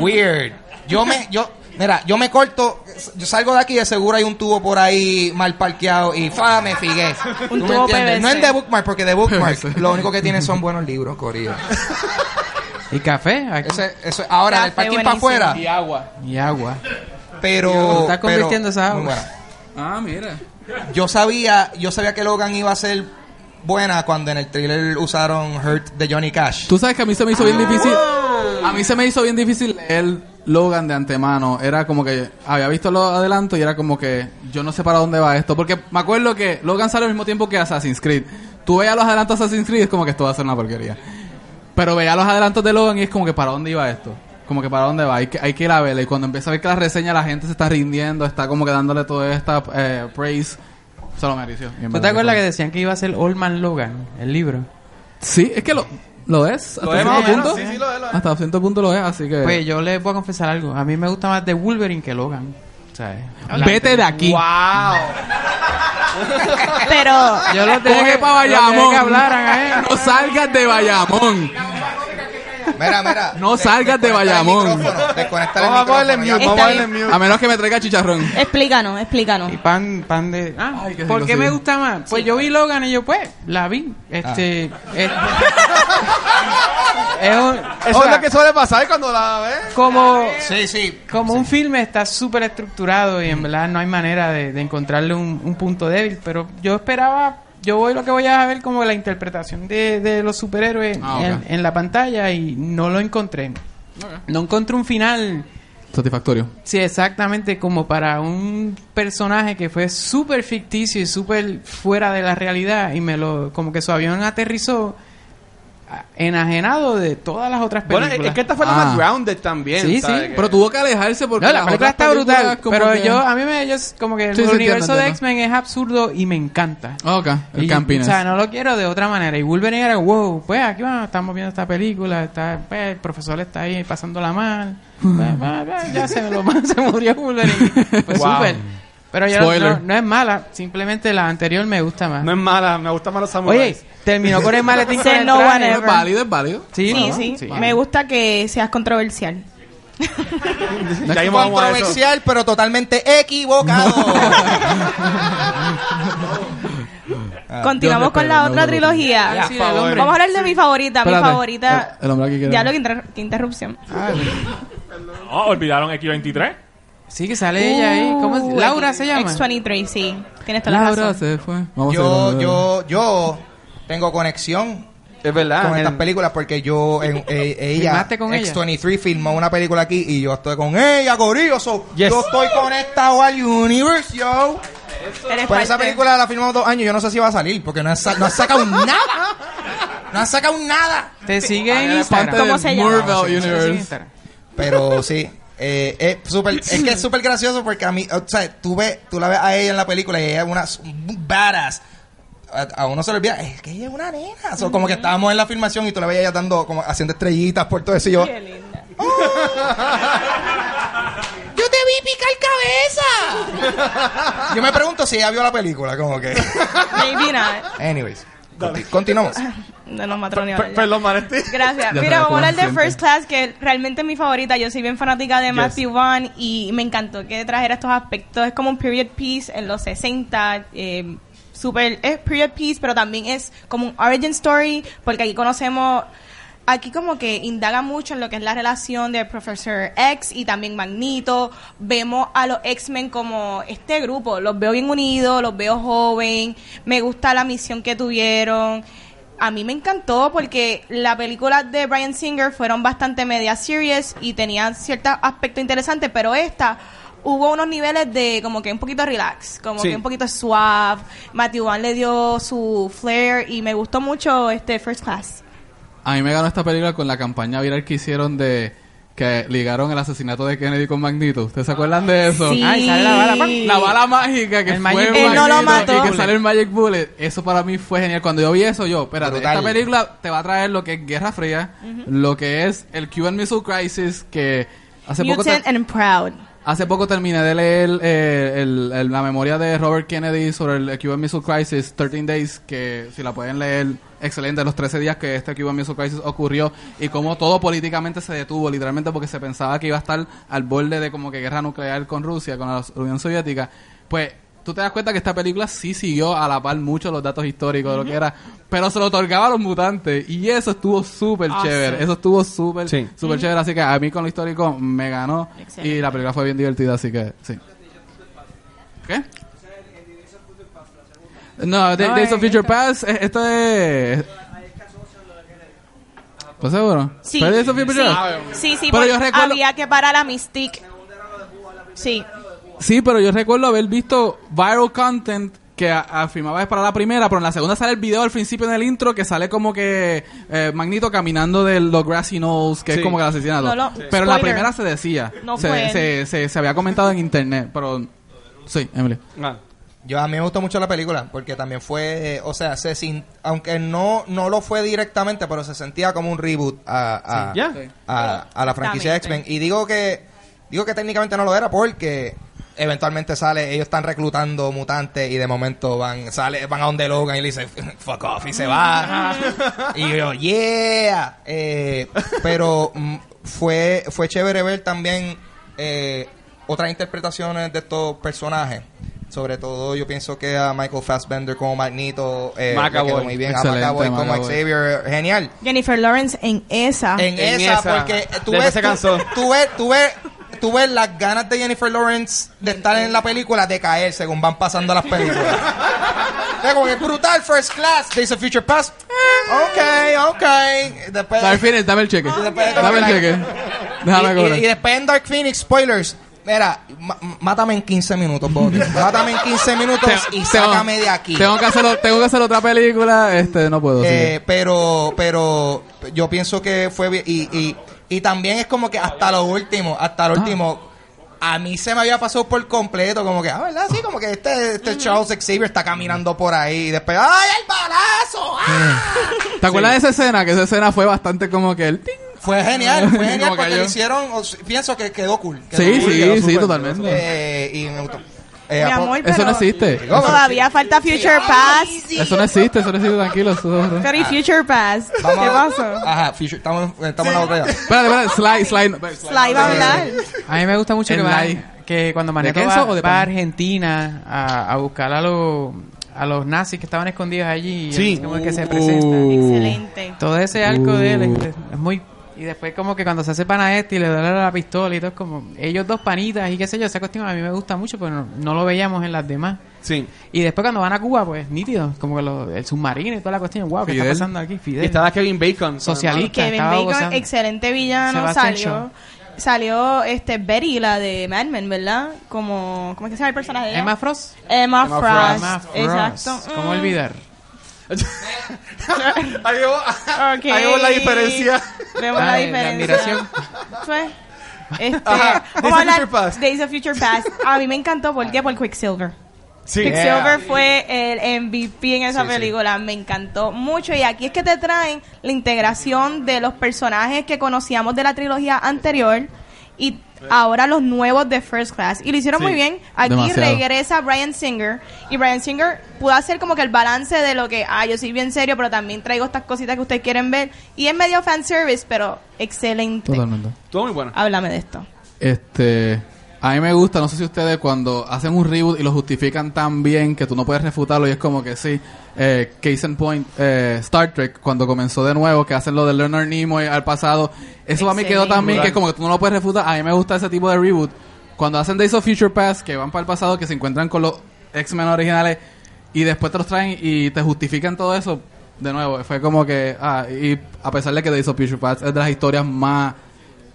B: weird. Yo me, yo, mira, yo me corto, yo salgo de aquí y de seguro hay un tubo por ahí mal parqueado y fa, me figué. ¿Tú me
D: tubo
B: entiendes? No
D: PVC.
B: en The Bookmark, porque The Bookmark
C: PVC.
B: lo único que tienen son buenos libros, Corillo.
E: Y café aquí.
B: Ese- eso, ahora, del
D: Café
B: parking para
D: buenísimo.
B: afuera,
C: agua.
E: y agua.
B: pero...
E: Está
B: pero-
E: convirtiendo esa agua.
B: muy buena.
C: Ah, mira.
B: Yo sabía, yo sabía que Logan iba a ser buena cuando en el thriller usaron Hurt de Johnny Cash.
C: Tú sabes que a mí se me hizo bien difícil. A mí se me hizo bien difícil leer Logan de antemano. Era como que había visto los adelantos y era como que yo no sé para dónde va esto. Porque me acuerdo que Logan sale al mismo tiempo que Assassin's Creed. Tú veías los adelantos de Assassin's Creed y es como que esto va a ser una porquería. Pero veía los adelantos de Logan y es como que para dónde iba esto. como que para dónde va, hay que, hay que ir a verla. Y cuando empieza a ver que la reseña, la gente se está rindiendo, está como que dándole toda esta eh, praise, se lo mereció. Y en
E: ¿Tú
C: verdad
E: te acuerdas que
C: fue.
E: decían que iba a ser Old Man Logan, el libro?
C: Sí, es que lo, lo es.
A: Lo
C: hasta
A: es más o
C: cierto
A: menos,
C: punto.
A: sí, sí, lo es, lo es.
C: Hasta cierto punto lo es, así que...
E: Pues yo les voy a confesar algo. A mí me gusta más The Wolverine que Logan. O sea,
C: Vete de aquí.
D: Pero
E: Yo lo tenía
C: Coge
E: que,
C: pa'
E: lo tenía
C: Bayamón.
E: que hablaran
A: ¿eh?
E: a él.
C: No salgas de Bayamón.
B: Mira, mira.
C: No
B: des-
C: salgas
B: desconecta
C: de
B: el
C: Bayamón.
B: micrófono, Desconecta el
A: Vamos a ponerle
B: micrófono, ya.
A: mute, vamos a
D: Está
A: ponerle
D: bien.
A: mute.
C: A menos que me traiga chicharrón.
E: Eh.
D: explícanos, explícanos.
E: Y pan, pan de... Ah,
C: Ay, qué
E: ¿Por
C: rico,
E: qué
C: sí.
E: me gusta más? Pues yo vi Logan y yo, pues, la vi. Este... es- es un-
A: Eso
E: ahora,
A: es lo que suele pasar cuando la ves.
E: Como...
B: Sí, sí.
E: Como un filme está súper estructurado y en verdad no hay manera de, de encontrarle un, un punto débil, pero yo esperaba, yo voy lo que voy a ver como la interpretación de, de los superhéroes
C: Ah, ok.
E: en, en la pantalla y no lo encontré. No encontré un final,
C: Satisfactorio.
E: sí, exactamente como para un personaje que fue súper ficticio y súper fuera de la realidad y me lo, como que su avión aterrizó ah, enajenado de todas las otras
A: Bueno,
E: películas.
A: es que esta fue la
C: Ah.
A: más grounded también.
E: Sí,
A: ¿sabes?
E: sí.
A: Que-
C: Pero tuvo que alejarse porque
E: No, la
C: las otras
E: película está brutal,
C: películas como
E: pero
C: que-
E: yo a mí me yo, s- como que
C: Sí,
E: el
C: sí,
E: universo
C: entiendo,
E: de
C: entiendo.
E: X-Men es absurdo y me encanta.
C: Ah, Ok, el
E: Y,
C: Campinas.
E: o sea, no lo quiero de otra manera. Y Wolverine era, wow, pues aquí vamos, estamos viendo esta película, está, pues, el profesor está ahí pasándola mal, Bah, bah, bah, ya se, lo, se murió Wolverine. Pues
A: Wow.
E: súper. Pero yo no,
C: Spoiler.
E: no es mala, simplemente la anterior me gusta más.
A: No es mala, me gustan más los samuráis.
E: Oye, terminó con el maletín con
D: Say
E: el
D: no
E: traje.
D: one
C: Es válido, es válido.
E: Sí,
D: sí,
E: ¿no?
D: sí,
E: Sí.
D: Me gusta que seas controversial.
A: ya ahí vamos a eso.
B: Controversial, pero totalmente equivocado.
D: Continuamos
C: Dios,
D: con la
C: espero, no,
D: otra
C: no, no.
D: trilogía.
A: Ya,
D: Sí,
A: por
D: el hombre.
A: favor.
D: Vamos a hablar de mi favorita,
C: Espérate.
D: mi favorita.
C: El- el hombre aquí quiere
D: Ya lo
C: hablar.
D: que inter- qué interrupción.
G: No, olvidaron X23.
E: Sí, que sale ella ahí. ¿Cómo es?
D: Uh,
E: Laura
D: X-
E: se llama.
D: X23, sí. Tienes toda la
C: Laura
D: razón.
C: se fue. Vamos a
B: yo,
C: seguir.
B: yo, yo tengo conexión
A: Es verdad.
E: Ah,
B: con
A: el-
B: estas películas porque yo, en- eh, ella,
E: ¿Filmaste con ella?
B: X23 filmó una película aquí y yo estoy con ella, Corillo. so,
A: Yes.
B: Yo estoy conectado al universe, yo.
D: Eres
B: Pues esa
D: parte.
B: película la filmamos dos años, yo no sé si va a salir porque no han, sa- no han sacado nada. No han sacado nada.
E: Te sigue en
C: Parte
E: Instagram.
D: ¿Cómo
C: del
D: se llama?
C: Marvel
B: Vamos a seguir.
E: Te sigue en
C: Universe.
E: Instagram.
B: Pero sí, eh, es, súper- es que es súper gracioso porque a mí, o sea, tú, ves, tú la ves a ella en la película y ella es una s- badass. A, a uno se le olvida, es que ella es una nena. O sea, como que estábamos en la filmación y tú la veías ella dando, como haciendo estrellitas por todo eso y yo,
D: Qué linda.
B: ¡Yo te vi picar cabeza! yo me pregunto si ella vio la película, como que.
D: Maybe not.
B: Anyways, conti- continuamos.
D: No nos mataron ni
A: Per-
D: ahora ya.
A: Perdón, Maresti.
D: Gracias.
C: Ya
D: Mira,
C: sabes
D: vamos a
C: cómo
D: hablar de
C: siempre.
D: First Class, que realmente es mi favorita. Yo soy bien fanática de Matthew Vaughn y me encantó que trajera estos aspectos. Es como un period piece en los 60. Eh, super, es period piece, pero también es como un origin story, porque aquí conocemos... Aquí como que indaga mucho en lo que es la relación de Professor X y también Magneto. Vemos a los X-Men como este grupo. Los veo bien unidos, los veo joven. Me gusta la misión que tuvieron. A mí me encantó porque las películas de Brian Singer fueron bastante media series y tenían ciertos aspectos interesantes, pero esta hubo unos niveles de como que un poquito relax, como
A: Sí.
D: que un poquito suave. Matthew Vaughn le dio su flair y me gustó mucho este First Class.
C: A mí me ganó esta película con la campaña viral que hicieron de que ligaron el asesinato de Kennedy con Magneto. ¿Ustedes se acuerdan de eso?
D: Sí.
E: Ay, sale la bala, pa.
C: La bala mágica que
E: El
C: fue
E: Magic
D: Bullet. Él no lo
C: Magneto
D: mató.
C: y que sale el Magic Bullet. Eso para mí fue genial. Cuando yo vi eso, yo, espérate,
B: Brutal.
C: esta película te va a traer lo que es Guerra Fría, lo que es el Cuban Missile Crisis, que hace poco... te-
D: Mutant and Proud.
C: Hace poco terminé de leer eh, el- el- la memoria de Robert Kennedy sobre el Cuban Missile Crisis, 13 Days, que si la pueden leer, excelente, los 13 días que este Cuban Missile Crisis ocurrió y cómo todo políticamente se detuvo, literalmente porque se pensaba que iba a estar al borde de como que guerra nuclear con Rusia, con la Unión Soviética. Pues tú te das cuenta que esta película sí siguió a la par mucho los datos históricos de lo que era, pero se lo otorgaba a los mutantes y eso estuvo súper
D: Awesome.
C: chévere, eso estuvo súper,
A: Sí.
C: súper chévere, así que a mí con lo histórico me ganó.
D: Excelente.
C: Y la película fue bien divertida, así que sí. ¿Qué? No, de-
E: No,
C: Days
E: en
C: of Future
E: esta-
C: Past, eh, esto es... ¿Estás seguro?
D: Sí.
C: ¿Pero Days of Future
D: sí.
C: Past?
D: sí, sí,
C: Pero
D: porque
C: yo recuerdo-
D: había que parar a Mystique. Sí.
C: Sí, pero yo recuerdo haber visto viral content que a- afirmaba es para la primera, pero en la segunda sale el video al principio en el intro que sale como que eh, Magnito caminando de los Grassy Knolls, que
A: Sí.
C: es como que el asesinato.
D: No, no,
C: pero en la
D: spoiler.
C: primera se decía,
D: No
C: se,
D: fue
C: se, se, se había comentado en internet, pero sí, Emily.
A: Ah.
B: Yo a mí me gustó mucho la película porque también fue, eh, o sea, se sin- aunque no no lo fue directamente, pero se sentía como un reboot a a,
A: Sí, ya.
B: a, a la franquicia de X-Men
D: Exactamente.
B: y digo que digo que técnicamente no lo era porque eventualmente sale ellos están reclutando mutantes y de momento van sale van a donde Logan y le dice fuck off y se va y yo yeah Eh, pero mm, fue fue chévere ver también eh, otras interpretaciones de estos personajes sobre todo yo pienso que a Michael Fassbender como Magnito eh, le
A: Macaboy.
B: quedó muy bien
C: Excelente,
B: a Macaboy como
C: Macaboy.
B: Xavier genial
D: Jennifer Lawrence en esa.
B: en,
A: En
B: esa,
A: esa.
B: porque eh, tú
A: Después
B: ves,
A: se
B: tú-
A: cansó.
B: tú ves, tú ves, tú ves las ganas de Jennifer Lawrence de estar en la película de caer según van pasando las películas. Es como que brutal, first class, days of future past. Eh, Ok, ok. Después,
C: Al final, dame el cheque.
B: después-
C: Dame el cheque. Déjame
B: y,
C: cobrar.
B: y- y después en Dark Phoenix, spoilers. Mira, ma- mátame en 15 minutos, Bobby. Mátame en 15 minutos y sácame de aquí.
C: Tengo que, hacerlo, tengo que hacer otra película, este, no puedo.
B: Eh, pero, pero yo pienso que fue bien. Y, y, y también es como que hasta lo último, hasta lo
C: Ah.
B: último. A mí se me había pasado por completo, como que, ah, ¿verdad? Sí, como que este, este
C: Mm.
B: Charles Xavier está caminando por ahí y después, ¡ay, el balazo! ¡Ah!
C: sigue. ¿Te acuerdas de esa escena? Que esa escena fue bastante como que el... ping.
B: Fue genial, fue genial
C: Como
B: porque
C: cayó.
B: lo hicieron, o s- pienso que quedó cool. quedó
C: Sí,
B: cool,
C: sí,
B: quedó
C: sí,
B: super.
C: totalmente.
B: Eh, y me gustó. Eh,
D: Mi
B: Apo-
D: amor,
C: Eso
D: pero
C: no existe.
D: Todavía falta Future Pass.
C: Eso no existe, eso no existe, tranquilo. eso- Espérate,
D: Sorry, Future Pass. ¿Qué
B: vamos a- Ah,
D: pasó?
B: Ajá, Future, estamos, estamos en la botella.
C: espérate, slide, slide.
D: Sly va a hablar.
E: A mí me gusta mucho
C: El
E: que, va-
C: like.
E: que cuando Magneto
C: queso
E: va,
C: o de
E: va
C: pan?
E: a Argentina a, a buscar a los, a los nazis que estaban escondidos allí y
A: Sí.
E: es como que se presenta.
C: Uh.
D: Excelente.
E: Todo ese arco de él este, es muy... Y después como que cuando se hace pan a este y le da la pistola y todo, es como ellos dos panitas y qué sé yo, esa cuestión a mí me gusta mucho, pero no, no lo veíamos en las demás.
A: Sí.
E: Y después cuando van a Cuba, pues nítido, como que lo- el submarino y toda la cuestión, wow, ¿qué está
C: Fidel.
E: pasando aquí?
A: Y
E: Fidel.
A: estaba Kevin Bacon.
E: Socialista.
D: Kevin
E: estaba
D: Bacon,
E: gozando.
D: excelente villano,
E: Sebastian
D: salió. Salió este Betty, la de Mad Men, ¿verdad? Como, ¿Cómo es que se llama el personaje? de ella?
E: Emma Frost.
D: Emma
A: Emma
D: Frost.
E: Emma Frost.
D: Exacto.
E: ¿Cómo
D: Mm.
E: olvidar?
A: ahí, vemos,
D: Ok.
A: ahí vemos la diferencia.
D: Vemos la
E: Ah, eh,
D: diferencia.
E: la admiración.
D: Fue. Este,
A: Ajá, Days
D: vamos a
A: of
D: hablar-
A: Future Past.
D: Days of Future Past. A mí me encantó por el día por Quicksilver.
A: Sí.
D: Quicksilver fue el MVP en esa
B: Sí, sí.
D: película, me encantó mucho y aquí es que te traen la integración de los personajes que conocíamos de la trilogía anterior y ahora los nuevos de First Class y lo hicieron
A: Sí.
D: muy bien. Aquí
C: Demasiado.
D: regresa Brian Singer y Brian Singer pudo hacer como que el balance de lo que, ah, yo soy bien serio, pero también traigo estas cositas que ustedes quieren ver y es medio fan service, pero excelente.
C: Totalmente.
A: Estuvo muy bueno.
D: Háblame de esto.
C: Este, a mí me gusta, no sé si ustedes cuando hacen un reboot y lo justifican tan bien que tú no puedes refutarlo y es como que sí. Eh, case in point, eh, Star Trek, cuando comenzó de nuevo, que hacen lo de Leonard Nimoy al pasado, eso para mí quedó
D: Excelente.
C: también que es como que tú no lo puedes refutar. A mí me gusta ese tipo de reboot. Cuando hacen Days of Future Past, que van para el pasado, que se encuentran con los X-Men originales y después te los traen y te justifican todo eso, de nuevo, fue como que, ah, y a pesar de que Days of Future Past es de las historias más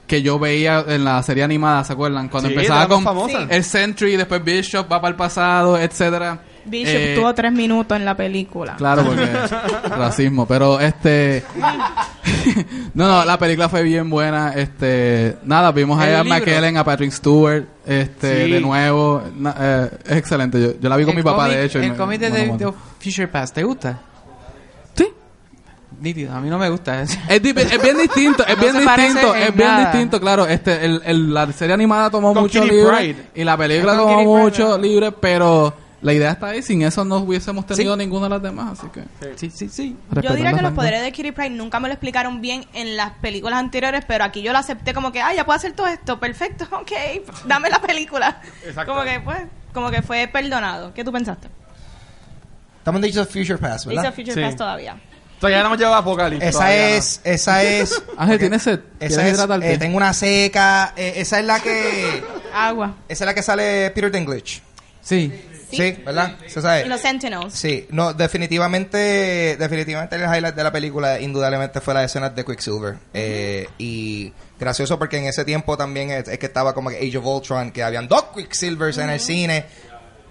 C: que yo veía en la serie animada, ¿se acuerdan? Cuando
A: Sí,
C: empezaba
A: era más
C: con
A: famosa.
C: el Sentry, después Bishop va para el pasado, etcétera.
D: Bishop
C: Eh,
D: tuvo tres minutos en la película.
C: Claro, porque racismo, pero este No, no, la película fue bien buena, este, nada, vimos ahí
E: El
C: a
E: libro.
C: McKellen, a Patrick Stewart, este,
A: Sí.
C: de nuevo, na- eh, es excelente. Yo, yo la vi con
E: El
C: mi papá
E: cómic-
C: de hecho. y
E: El
C: me-
E: cómic de
C: me
E: The,
C: enamoró.
E: The Future Past, ¿te gusta?
C: Sí.
E: Nítido, a mí no me gusta eso.
C: Es, di- es bien distinto, es
E: No
C: bien
E: se parece
C: distinto,
E: en
C: es bien
E: nada.
C: distinto, claro. Este, el, el- la serie animada tomó
A: Con
C: mucho
A: Kitty
C: libre
A: Pryde.
C: y la película
E: Es con
C: tomó
E: Kitty Pryde,
C: mucho
E: ¿verdad?
C: libre, pero la idea está ahí. Sin eso no hubiésemos tenido
E: Sí.
C: ninguna de las demás, así que.
E: Sí, sí, sí.
D: Yo diría
C: respetando
D: que los
C: las
D: poderes de Kitty Pryde nunca me lo explicaron bien en las películas anteriores, pero aquí yo lo acepté como que, ah, ya puedo hacer todo esto, perfecto, ok, dame la película.
A: Exacto.
D: Como que, pues, como que fue perdonado. ¿Qué tú pensaste?
B: Estamos en Days of Future Past,
D: Dice
B: ¿verdad?
D: Future
A: Sí.
D: Past todavía.
A: Todavía no hemos llevado a Apocalipsis.
B: Esa
A: todavía no.
B: es, esa es.
C: Ángel,
B: porque-
C: ¿tienes sed?
B: Esa
C: ¿Quieres
B: es.
C: hidratarte?
B: eh, tengo una seca. eh, esa es la que.
D: Agua.
B: Esa es la que sale Peter Dinklage.
E: Sí.
B: Sí,
D: Sí.
B: ¿verdad? Se
D: Y
B: sabe.
D: los Sentinels.
B: Sí, no, definitivamente, definitivamente el highlight de la película indudablemente fue la escena de Quicksilver. Eh, y gracioso porque en ese tiempo también es, es que estaba como que Age of Ultron, que habían dos Quicksilvers en el cine.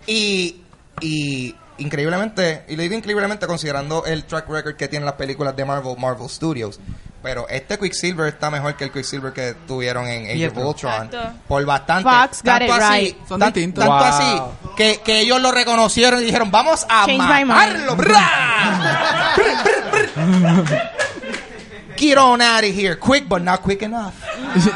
B: Y, y, increíblemente, y le digo increíblemente considerando el track record que tienen las películas de Marvel, Marvel Studios. Pero este Quicksilver está mejor que el Quicksilver que tuvieron en Age of
E: Cierto.
B: Ultron.
D: Exacto.
B: Por bastante.
D: Fox got it
B: así,
D: right.
C: Son
B: tan-
C: distintos.
B: tanto
A: Wow.
B: así que, que ellos lo reconocieron y dijeron, vamos a
D: Change my mind.
B: matarlo. ¡Bra! Brr, brr, brr. Get on out of here. Quick, but not quick enough.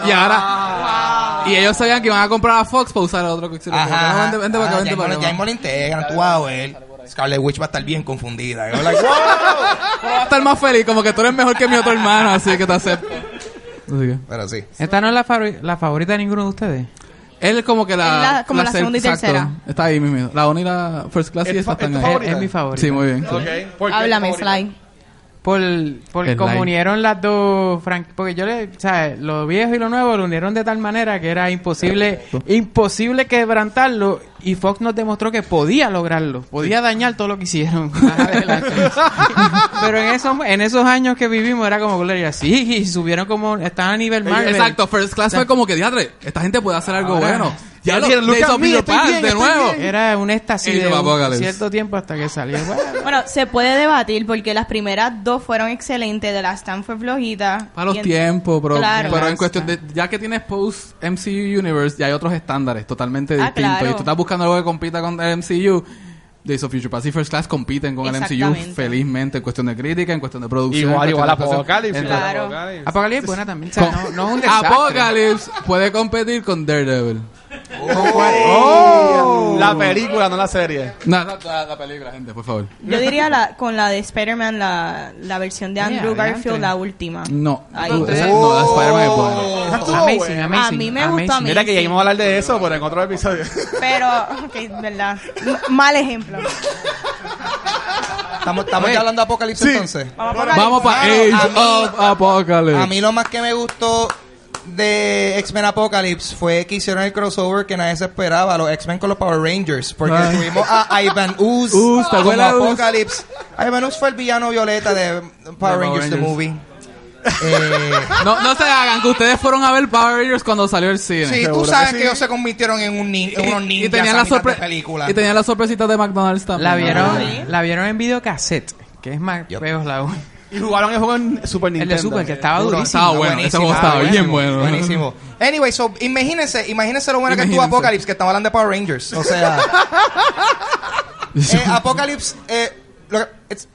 C: y ahora. Y ellos sabían que iban a comprar a Fox para usar el otro Quicksilver. Como que, no, Vente, vente para acá,
B: Ah,
C: vente
B: ya
C: para
B: mismo- Ya
C: acá.
B: mismo lo integran, tú vas a ver. Scarlet Witch va a estar bien confundida. Yo, like, wow.
C: Va a estar más feliz, como que tú eres mejor que mi otro hermano, así que te acepto. Así que.
B: Pero sí.
E: Esta no es la, favori- la favorita de ninguno de ustedes.
C: Él es como que la.
D: Es la- como la
C: ser-
D: segunda y
C: exacto.
D: tercera.
C: Está ahí mismo. La ONI y la First Class y
A: ¿Es fa-
C: esa
A: es
C: están
A: tu
C: ahí.
A: favorita?
E: Es, es mi favorita.
C: Sí, muy bien. sí.
A: Ok. ¿Por qué
D: Háblame,
A: tu favorita?
D: Sly.
E: Por, por
C: Es
E: como
C: live.
E: unieron las dos fran- porque yo le, o sea, lo viejo y lo nuevo lo unieron de tal manera que era imposible, imposible quebrantarlo y Fox nos demostró que podía lograrlo, podía dañar todo lo que hicieron. Pero en esos en esos años que vivimos era como gloria, sí, y subieron como estaban a nivel Marvel.
C: Eh, Exacto, First Class fue como que diadre. Esta gente puede hacer algo
E: Ahora.
C: bueno. Ya lo
A: Diadre, look
C: they
A: at
C: hizo
A: me,
C: Peter
A: estoy
C: Pan
A: bien,
C: Ah, de
A: estoy
C: nuevo.
E: Era una estación
C: Y
E: de
C: el
E: un
C: Apocalypse.
E: cierto tiempo hasta que salió. Bueno,
D: Bueno, se puede debatir porque las primeras dos fueron excelentes, de las tan fue flojita.
C: Para los
D: Y en-
C: tiempos, pero,
D: Claro.
C: pero en cuestión de. Ya que tienes post MCU Universe, ya hay otros estándares totalmente
D: Ah,
C: distintos.
D: claro.
C: Y tú estás buscando algo que compita con el MCU. Days of Future Past y First Class compiten con el MCU
D: Exactamente.
C: felizmente en cuestión de crítica, en cuestión de producción.
A: Igual,
C: en
A: igual
C: cuestión de actuación.
A: Apocalipsis.
C: Entonces,
D: Claro.
A: Apocalipsis.
E: Apocalypse buena también, o sea, no, no es un desastre.
C: Apocalypse puede competir con Daredevil.
A: La película, no la serie.
C: No, no, la, la película, gente, por favor.
D: Yo diría la, con la de Spider-Man, la, la versión de
E: Mira,
D: Andrew
E: adelante.
D: Garfield, la última.
C: No,
D: Ay,
C: no,
D: ustedes-
C: esa- no, la Spider-Man es buena.
B: Oh.
E: Amazing, amazing,
D: A mí me gustó, a mí.
E: amazing.
A: Mira que ya íbamos a hablar de eso, pero en otro episodio.
D: Pero, ok, verdad. M- mal ejemplo.
B: Estamos, estamos ya hablando de Apocalipsis entonces.
D: Vamos a
C: Vamos eh. para
B: Claro,
C: Age
B: a mí-
C: of
B: A
C: Apocalypse.
B: mí lo más que me gustó de X-Men Apocalypse fue que hicieron el crossover que nadie se esperaba, los X-Men con los Power Rangers, porque
C: Ay.
B: tuvimos a Ivan Ooze
C: Ooze, ¿te
B: como
C: acuerdas de Ooze?
B: Apocalypse. Ivan Ooze fue el villano violeta de Power,
C: Power
B: Rangers, The
C: Rangers.
B: Movie. Eh,
C: No, no se hagan que ustedes fueron a ver Power Rangers cuando salió el cine.
B: sí, tú
A: seguro
B: sabes
A: que
B: que,
A: sí.
B: ellos se convirtieron en, un nin- en unos ninjas a mitad de
C: sorpre-
B: película.
C: y tenían las sorpresitas de McDonald's también.
E: La vieron,
D: Sí.
E: la vieron en videocassette, que es más
B: Yo-
E: peor la uno.
A: Y jugaron el juego en Super
E: El
A: Nintendo.
E: de Super, que estaba
B: Duro,
E: durísimo.
C: estaba bueno, ese juego estaba bien bueno.
B: Buenísimo. Anyway, so, imagínense, imagínense lo bueno que estuvo
C: Imagínense.
B: Apocalypse, que estamos hablando de Power Rangers. O sea, eh, Apocalypse, eh, lo que- it's-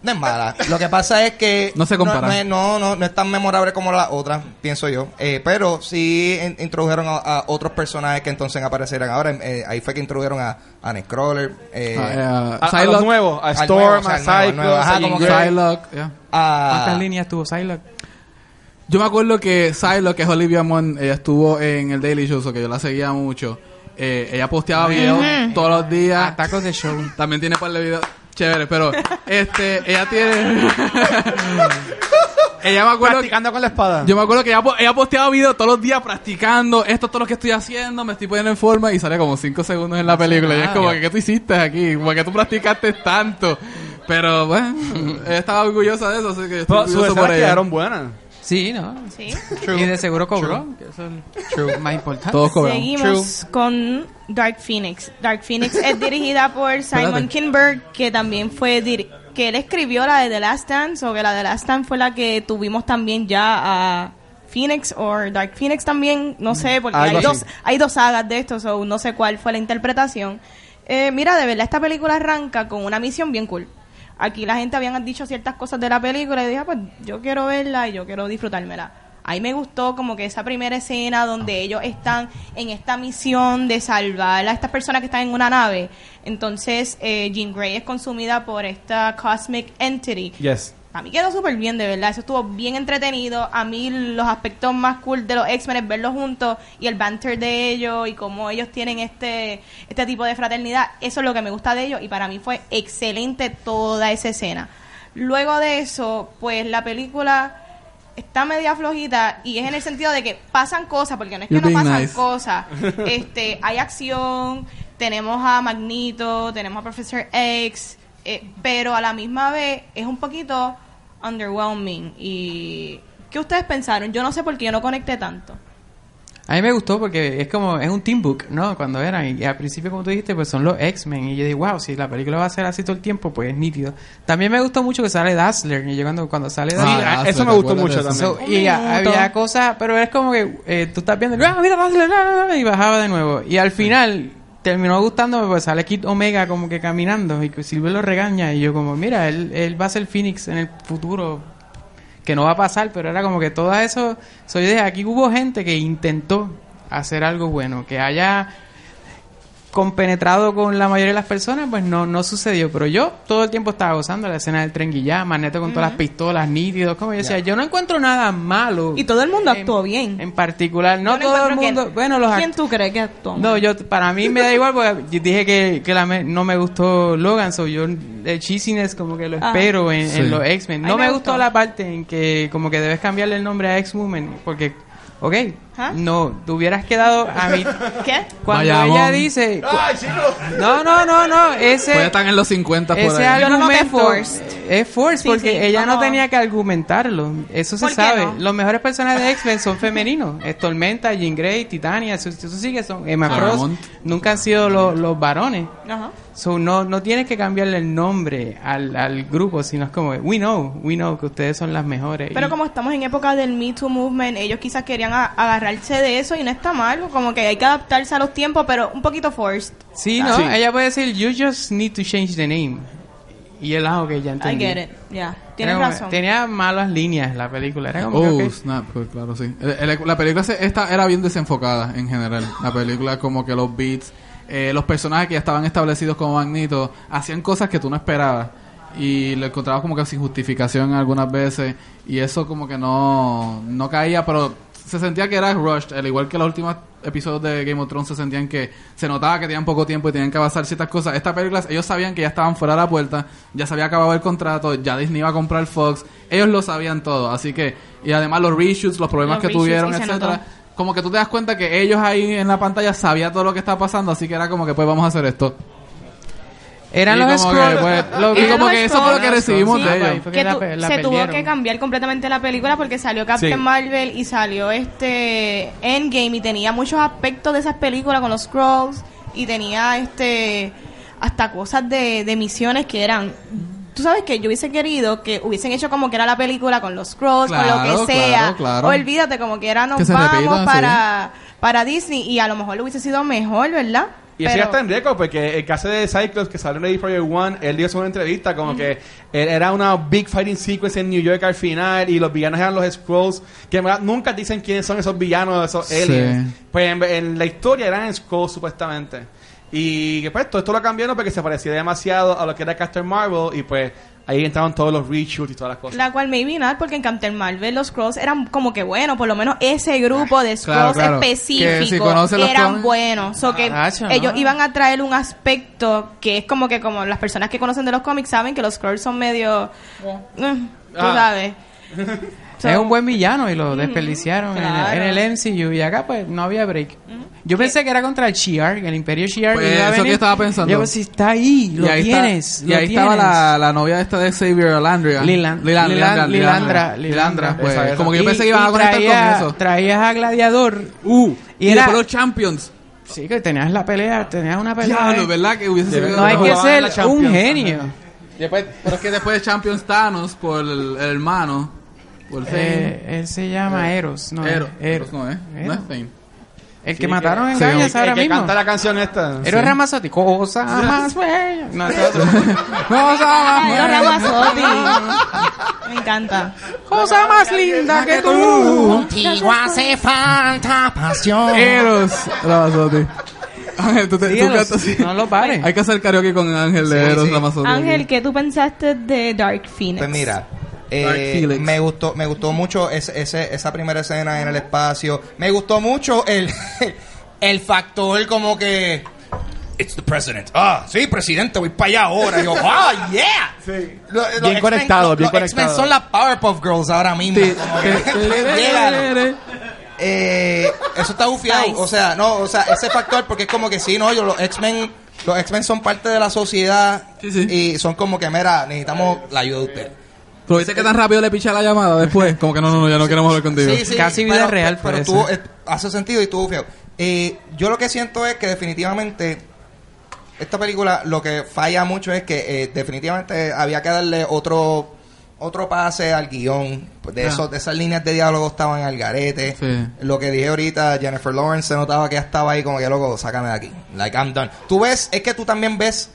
B: no es mala. Lo que pasa es que
C: No se compara.
B: No, es- no, no, no es tan memorable como la otra, pienso yo. Eh, pero sí in- introdujeron a, a otros personajes que entonces aparecerán ahora. Eh, ahí fue que introdujeron a, a Nightcrawler, eh,
C: Ah, eh,
A: A, a
C: Psylocke.
A: los nuevos, a
B: Al
A: Storm,
B: nuevo,
A: a
B: o sea, al nuevo, nuevo. Ajá, como
A: Psycho,
B: que-
A: a
C: Psylocke, yeah.
B: a-
C: Ah.
E: ¿Cuántas líneas tuvo Psylocke?
C: Yo me acuerdo que Psylocke, que es Olivia Munn, ella estuvo en el Daily Show, so que yo la seguía mucho. Eh, ella posteaba videos todos los días.
E: Atacos de show.
C: También tiene par de videos chéveres, pero este, ella tiene. ella me acuerdo que.
A: Practicando con la espada.
C: Yo me acuerdo que ella, po- ella posteaba videos todos los días practicando. Esto es todo lo que estoy haciendo, me estoy poniendo en forma. Y sale como 5 segundos en la película. Y es como, que, ¿qué tú hiciste aquí? ¿Por qué tú practicaste tanto? Pero bueno, ella estaba orgullosa de eso, así que yo estoy
A: Pero sus
C: orgulloso por
A: escenas
C: ella.
A: quedaron buenas.
E: Sí, ¿no?
D: Sí.
E: Y de seguro cobró, que eso es lo más importante.
C: Todos cobramos.
D: Seguimos con Dark Phoenix. Dark Phoenix es dirigida por Simon
C: Espérate.
D: Kinberg, que también fue dir- que él escribió la de The Last Dance, o que la de The Last Dance fue la que tuvimos también ya a Phoenix o Dark Phoenix también, no sé, porque
A: Algo
D: hay dos,
A: así.
D: hay dos sagas de esto, so no sé cuál fue la interpretación. Eh, mira, de verdad esta película arranca con una misión bien cool. Aquí la gente habían dicho ciertas cosas de la película y dije, ah, pues yo quiero verla y yo quiero disfrutármela. Ahí me gustó como que esa primera escena donde ellos están en esta misión de salvar a estas personas que están en una nave. Entonces, eh, Jean Grey es consumida por esta Cosmic Entity.
A: Yes.
D: A mí quedó súper bien, de verdad. Eso estuvo bien entretenido. A mí los aspectos más cool de los X-Men es verlos juntos y el banter de ellos y cómo ellos tienen este, este tipo de fraternidad. Eso es lo que me gusta de ellos y para mí fue excelente toda esa escena. Luego de eso, pues la película está media flojita y es en el sentido de que pasan cosas, porque no es que
C: You're
D: no
C: being
D: pasan
C: nice.
D: cosas. Este, hay acción, tenemos a Magnito, tenemos a Professor X, eh, pero a la misma vez es un poquito underwhelming. ¿Y qué ustedes pensaron? Yo no sé por qué yo no conecté tanto.
E: A mí me gustó porque es como, es un team book, ¿no? Cuando eran, y al principio, como tú dijiste, pues son los X-Men. Y yo dije, wow, si la película va a ser así todo el tiempo, pues es nítido. También me gustó mucho que sale Dazzler. Y yo cuando, cuando sale
C: Ah,
E: Dazzler.
A: Ah,
C: Dazzler,
A: eso me gustó
C: acuérdate
A: mucho
C: de eso.
A: también.
E: So, y a- había cosas, pero es como que eh, tú estás viendo, "Ah, mira, Dazzler, bla, bla, bla", y bajaba de nuevo. Y al final terminó gustándome, pues sale Kid Omega como que caminando y que Silvio lo regaña. Y yo, como, mira, él, él va a ser Phoenix en el futuro, que no va a pasar, pero era como que todo eso. Soy de aquí hubo gente que intentó hacer algo bueno, que haya compenetrado con la mayoría de las personas, pues no, no sucedió. Pero yo todo el tiempo estaba gozando la escena del tren Guillá, Magneto con todas las pistolas, nítidos, como yo decía, yo no encuentro nada malo.
D: Y todo el mundo
E: en-
D: actuó bien.
E: En particular, Eh, em, no,
D: Yo
E: todo el
D: encuentro
E: mundo.
D: quién-
E: bueno, los
D: ¿Quién
E: actores.
D: tú crees que actuó?
E: No, yo para mí me da igual porque yo dije que, que la me- no me gustó Logan, so yo el cheesiness como que lo
D: Ajá.
E: espero en, en
C: Sí.
E: los X-Men.
D: Ay,
E: No
D: me
E: Ah. me, gustó.
D: gustó.
E: la parte en que como que debes cambiarle el nombre a X-Woman porque, ok,
D: ¿Ah?
E: no, te hubieras quedado a mí.
D: ¿Qué?
E: Cuando
C: Bayamón.
E: ella dice... No, no, no, no,
C: Puede
E: ese...
C: estar en los 50 por
E: Ese
C: ahí.
D: Yo no noté
E: argumento
D: forced.
E: es forced
D: Sí,
E: porque
D: sí,
E: ella no
D: no.
E: tenía que argumentarlo. Eso se
D: ¿Por qué
E: sabe.
D: no?
E: Los mejores personajes de X-Men son femeninos. Es Tormenta, Jean Grey, Titania, eso, eso sí que son Emma
C: Ah,
E: Frost.
C: Ramón.
E: Nunca han sido los, los varones.
D: Ajá.
E: So, no, no tienes que cambiarle el nombre al, al grupo, sino es como, we know, we know que ustedes son las mejores.
D: Pero
E: Y-
D: como estamos en época del Me Too Movement, ellos quizás querían a- agarrarse de eso y no está mal. Como que hay que adaptarse a los tiempos, pero un poquito forced.
E: Sí, no,
A: Sí.
E: ella puede decir, you just need to change the name. Y él, ah, ok, ya
D: I
E: entendí.
D: get it. Ya. Tienes
E: Era como-
D: razón.
E: Tenía malas líneas la película. Era como, que,
C: Oh,
E: ok.
C: snap, pues, claro, sí. El- el- la película se- esta era bien desenfocada en general. La película, como que los beats, eh, los personajes que ya estaban establecidos como Magneto, hacían cosas que tú no esperabas. Y lo encontrabas como que sin justificación algunas veces. Y eso, como que no, no caía, pero se sentía que era rushed. Al igual que los últimos episodios de Game of Thrones, se sentían que se notaba que tenían poco tiempo y tenían que avanzar ciertas cosas. Esta película, ellos sabían que ya estaban fuera de la puerta, ya se había acabado el contrato, ya Disney iba a comprar Fox. Ellos lo sabían todo, así que. Y además los reshoots, los problemas
D: Los
C: que
D: reshoots,
C: tuvieron,
D: y se
C: etcétera
D: notó.
C: Como que tú te das cuenta que ellos ahí en la pantalla sabían todo lo que estaba pasando, así que era como que pues vamos a hacer esto. Y
E: Eran los
C: como
E: scrolls.
C: que, pues,
E: los-
C: Y
D: Eran
C: como
D: los
C: que eso fue lo que
D: scrolls.
C: recibimos
E: Sí,
C: de
E: papá,
C: ellos.
E: Porque
D: que
E: la
D: tu-
E: pe- la
D: se tuvo
E: perdieron.
D: que cambiar completamente la película porque salió Captain
A: Sí.
D: Marvel y salió este Endgame y tenía muchos aspectos de esas películas con los scrolls y tenía este hasta cosas de, de misiones que eran Tú sabes que yo hubiese querido que hubiesen hecho como que era la película con los scrolls, con
C: Claro,
D: lo que sea.
C: claro, claro.
D: Olvídate como que era nos
C: Que se
D: vamos
C: repita, sí.
D: para, para Disney y a lo mejor lo hubiese sido mejor, ¿verdad?
A: Y así
D: Pero-
A: está en récord, porque el caso de Cyclops que salió en Ready Player One, él dio eso en una entrevista, como que él- era una big fighting sequence en New York al final, y los villanos eran los Scrolls, que en verdad nunca dicen quiénes son esos villanos, esos
C: Sí.
A: aliens. Pues en, en la historia eran Scrolls supuestamente. Y que, pues todo esto lo cambiaron porque se parecía demasiado a lo que era Captain Marvel, y pues ahí entraban todos los reshoots y todas las cosas.
D: La cual maybe not, porque en Captain Marvel los Scrolls eran como que bueno, por lo menos ese grupo de
C: Claro,
D: Scrolls
C: claro. Que si
D: específicos
C: conocen los
D: eran
C: cómics-
D: buenos. So que
E: Caracho, ¿no?
D: ellos iban a traer un aspecto que es como que como las personas que conocen de los cómics saben que los Scrolls son medio... eh, tú
A: Ah.
D: sabes. So,
E: es un buen villano y lo desperdiciaron en el-
D: claro.
E: en, el, MCU y acá pues no había break. Yo pensé que era contra el Shi'ar, el Imperio Shi'ar.
C: Pues,
E: y iba a
C: eso que
E: venir.
C: estaba pensando.
E: Yo, pues, si está ahí, lo
C: y ahí, está-
E: tienes.
C: y
E: lo
C: ahí estaba
E: tienes.
C: la, la novia esta de Xavier Landria. Lilan-
E: Lilan- Lilan-
C: Lilandra.
E: Lilandra,
C: Lilandra,
E: Lilandra.
C: pues,
A: Esa, esa.
C: Como que yo
E: Y-
C: pensé que iban
E: y
C: a conectar
E: traía-
C: con eso.
E: Traías a Gladiador.
C: Uh,
E: y
C: y,
E: era-
C: después los Champions.
E: Sí, que tenías la pelea, tenías una pelea.
C: Diablo,
E: eh.
C: ¿verdad? Que hubiese
A: De
C: sido-
E: No hay que
A: Jugaban en la
E: ser un
A: Champions,
E: genio.
C: Después, pero es que después de Champions Thanos por el, el hermano. Por Thane.
E: Eh, él se llama Eros, no eh,
C: Ero.
E: es- Eros.
C: Eros no es. No es
E: Eros.
C: Thane.
E: El que mataron en
A: Sí,
E: Gaia
A: el
E: ahora
A: que
E: mismo.
A: canta la canción esta.
E: Eros
C: Sí.
E: Ramazzotti, cosa más bella. No, eso es otro.
C: Cosa
D: Ay, los
C: más-
D: Ramazotti. Me encanta.
E: cosa más linda que tú.
H: Contigo hace falta pasión.
B: Eh,
C: Eros Ramazotti. Ángel, tú, te, tú
E: Síguelos,
C: cantas así.
E: No lo pares.
C: Hay que hacer karaoke con Ángel de
B: Sí,
C: Eros
B: sí.
C: Ramazotti.
D: Ángel, ¿qué tú pensaste de Dark Phoenix?
B: Pues mira, eh,
C: Dark Felix.
B: me gustó, me gustó mucho ese- ese- esa primera escena en el espacio. Me gustó mucho el, el factor como que It's the president. Ah, sí, presidente, voy para allá ahora. Y yo, ah, yeah. Lo- los
A: Bien
B: X-Men-
A: conectado,
B: los-
A: bien
B: los X-Men
A: conectado.
B: son las Powerpuff Girls ahora mismo.
C: Ti-
B: como que-
C: ti-
B: Llegan. Eh, eso está bufiado.
D: Nice.
B: O sea, no, o sea, ese factor, porque es como que sí, no, yo, los X-Men, los X-Men son parte de la sociedad
C: Sí, sí.
B: y son como que, mira, necesitamos la ayuda de usted.
C: Pero viste que tan rápido le piché la llamada después. Como que no, no, no, ya no queremos hablar contigo.
B: Sí, sí,
E: Casi vida
B: pero-
E: real
B: Pero,
E: parece.
B: tuvo- eh, hace sentido y tuvo feo. Eh, yo lo que siento es que definitivamente esta película lo que falla mucho es que eh, definitivamente había que darle otro otro pase al guión. De, esos, de esas líneas de diálogo estaban al garete.
C: Ah. Sí.
B: Lo que dije ahorita, Jennifer Lawrence se notaba que ya estaba ahí como que loco, sácame de aquí. Like I'm done. Tú ves, es que tú también ves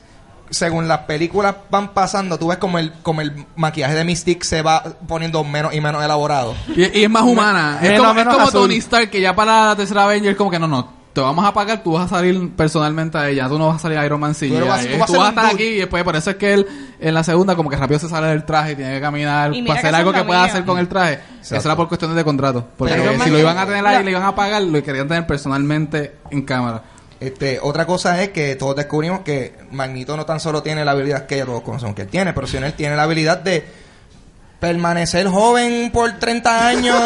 B: según las películas van pasando, tú ves como el, como el maquillaje de Mystic se va poniendo menos y menos elaborado.
C: Y, y es más humana. es
A: menos-
C: como, es
A: menos
C: como
A: azul.
C: Tony Stark, que ya para la tercera Avenger, como que no, no. Te vamos a pagar, tú vas a salir personalmente a ella, tú no vas a salir Iron Man sin
B: Tú
C: ella. Eh,
B: no
C: Tú
B: vas- tú vas a
C: vas,
B: ser
C: a
B: un
C: estar
B: dude.
C: aquí y después, por eso es que él en la segunda, como que rápido se sale del traje y tiene que caminar
D: Y
C: para
D: mira que
C: hacer
D: son
C: algo que pueda
D: familia.
C: hacer con el traje. Eso era por cuestiones de contrato. Porque
B: Pero
C: si
B: Iron Man-
C: lo iban a tener ahí
D: la-
C: y le iban a pagar, lo querían tener personalmente en cámara.
B: Este, otra cosa es que todos descubrimos que Magneto no tan solo tiene la habilidad que todos conocemos que él tiene, pero si él tiene la habilidad de permanecer joven por 30 años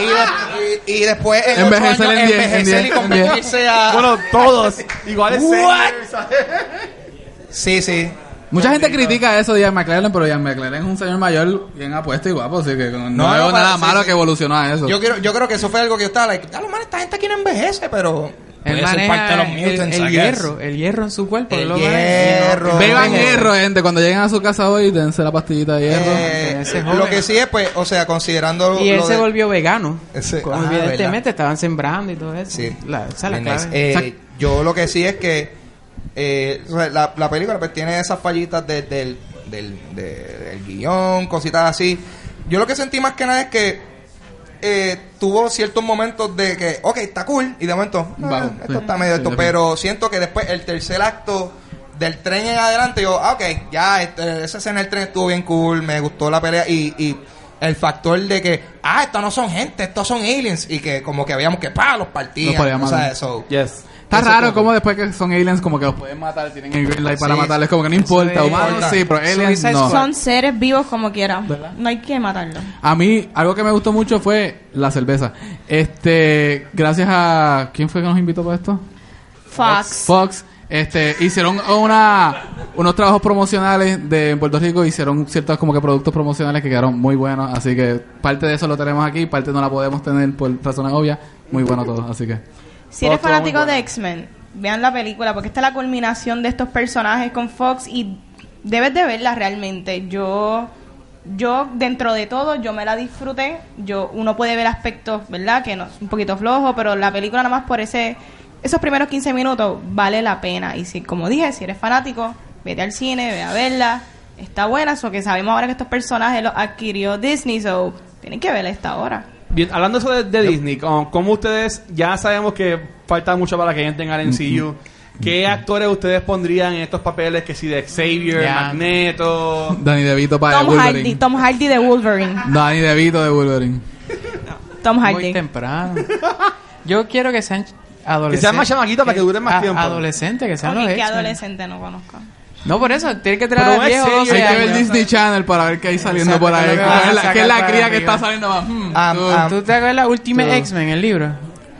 B: y, de- y- y después en ocho
C: Envejecer
B: años
C: en diez, en
B: envejecer
C: diez,
B: y convertirse a...
A: Bueno, todos. Igual es Sanders, ¿sabes?
B: sí, sí.
C: Mucha gente critica eso de Ian McLaren, pero Ian McLaren es un señor mayor bien apuesto y guapo, así que no,
B: No,
C: veo
B: no,
C: nada
B: para- sí,
C: malo
B: sí.
C: que evoluciona a eso.
B: Yo, quiero, yo creo que eso fue algo que yo estaba like, "Diablo, man, esta gente aquí no envejece, pero...
E: Él
B: puede ser
E: maneja
B: parte de los
E: el,
B: mutants,
E: el
B: I guess".
E: hierro, el hierro en su cuerpo.
B: El
E: él lo maneja.
B: hierro.
C: Beban
B: Todo.
C: hierro, gente. Cuando lleguen a su casa hoy, dense la pastillita de hierro.
B: Eh,
E: ese joven.
B: lo que sí es, pues, o sea, considerando...
E: Y él
B: lo
E: se
B: de-
E: volvió vegano.
B: Ese-
E: Como
B: ah,
E: evidentemente estaban sembrando y todo eso.
B: Sí.
E: La, esa es la
B: Bien
E: clave.
B: nice. Eh,
C: O sea-
B: yo lo que sí es que eh, o sea, la, la película pues, tiene esas fallitas de- del, del, de- del guión, cositas así. Yo lo que sentí más que nada es que eh, tuvo ciertos momentos de que, ok, está cool, y de momento, ah,
C: Bajo,
B: esto
C: sí.
B: está medio
C: Sí,
B: esto,
C: de
B: pero siento que después el tercer acto del tren en adelante, yo, ah, ok, ya, este, esa escena del tren estuvo bien cool, me gustó la pelea y... y el factor de que, ah, estos no son gente, estos son aliens. Y que como que veíamos que, pa, los partían.
C: Los podían
B: o sea,
C: matar.
B: eso-
A: Yes.
C: Está
B: Eso
C: raro
B: como-
C: como después que son aliens, como que los pueden matar, tienen el green light para
B: Sí.
C: matarles, como que no importa.
E: es-
C: Humanos sí, pero aliens
E: Suicide
C: no.
E: Squad.
D: Son seres vivos como quiera. No hay que matarlos.
C: A mí, algo que me gustó mucho fue la cerveza. Este, gracias a... ¿Quién fue que nos invitó para esto?
D: Fox.
C: Fox. Este, hicieron una, unos trabajos promocionales de en Puerto Rico, hicieron ciertos como que productos promocionales que quedaron muy buenos, así que parte de eso lo tenemos aquí, parte no la podemos tener por razones obvias, muy bueno todo, así que...
D: Si eres
A: Todo estuvo
D: fanático
A: muy bueno.
D: de X-Men, vean la película porque esta es la culminación de estos personajes con Fox y debes de verla realmente. Yo yo dentro de todo yo me la disfruté. Yo uno puede ver aspectos, ¿verdad? Que no un poquito flojo, pero la película nada más por ese esos primeros 15 minutos vale la pena y si como dije, si eres fanático, vete al cine, ve a verla. Está buena, so que sabemos ahora que estos personajes los adquirió Disney, so tienen que verla a esta hora.
A: Bien, hablando eso de, de Disney, como, como ustedes ya sabemos que falta mucho para que entren al MCU, ¿qué actores ustedes pondrían en estos papeles? Que si de Xavier,
E: Ya.
A: Magneto.
C: Danny DeVito para
D: Tom
C: Wolverine.
D: Hardy, Tom Hardy de Wolverine.
C: Danny DeVito de Wolverine.
D: Tom
E: Muy
D: Hardy.
E: temprano. Yo quiero que sean
A: Que
E: adolescentes.
A: sean más chamaquitos para que duren más tiempo.
E: Adolescentes, que sean
D: Ok,
E: los
D: que
E: X-Men.
D: adolescente no conozco.
E: No, por eso, tiene que
A: Pero
E: traer
A: un
E: 10 o
A: ex-serie,
E: 12
C: Hay que
E: años.
C: ver Disney Channel para ver qué hay saliendo
E: Exacto,
C: por ahí.
E: lo que vas a
C: ¿Qué es la-
E: sacar
C: ¿Qué es la
E: para
C: cría que
E: arriba.
C: está saliendo más? Hmm,
B: Ah,
C: tú.
B: ah.
E: ¿Tú te acuerdas la última
C: Tú.
E: X-Men, el libro?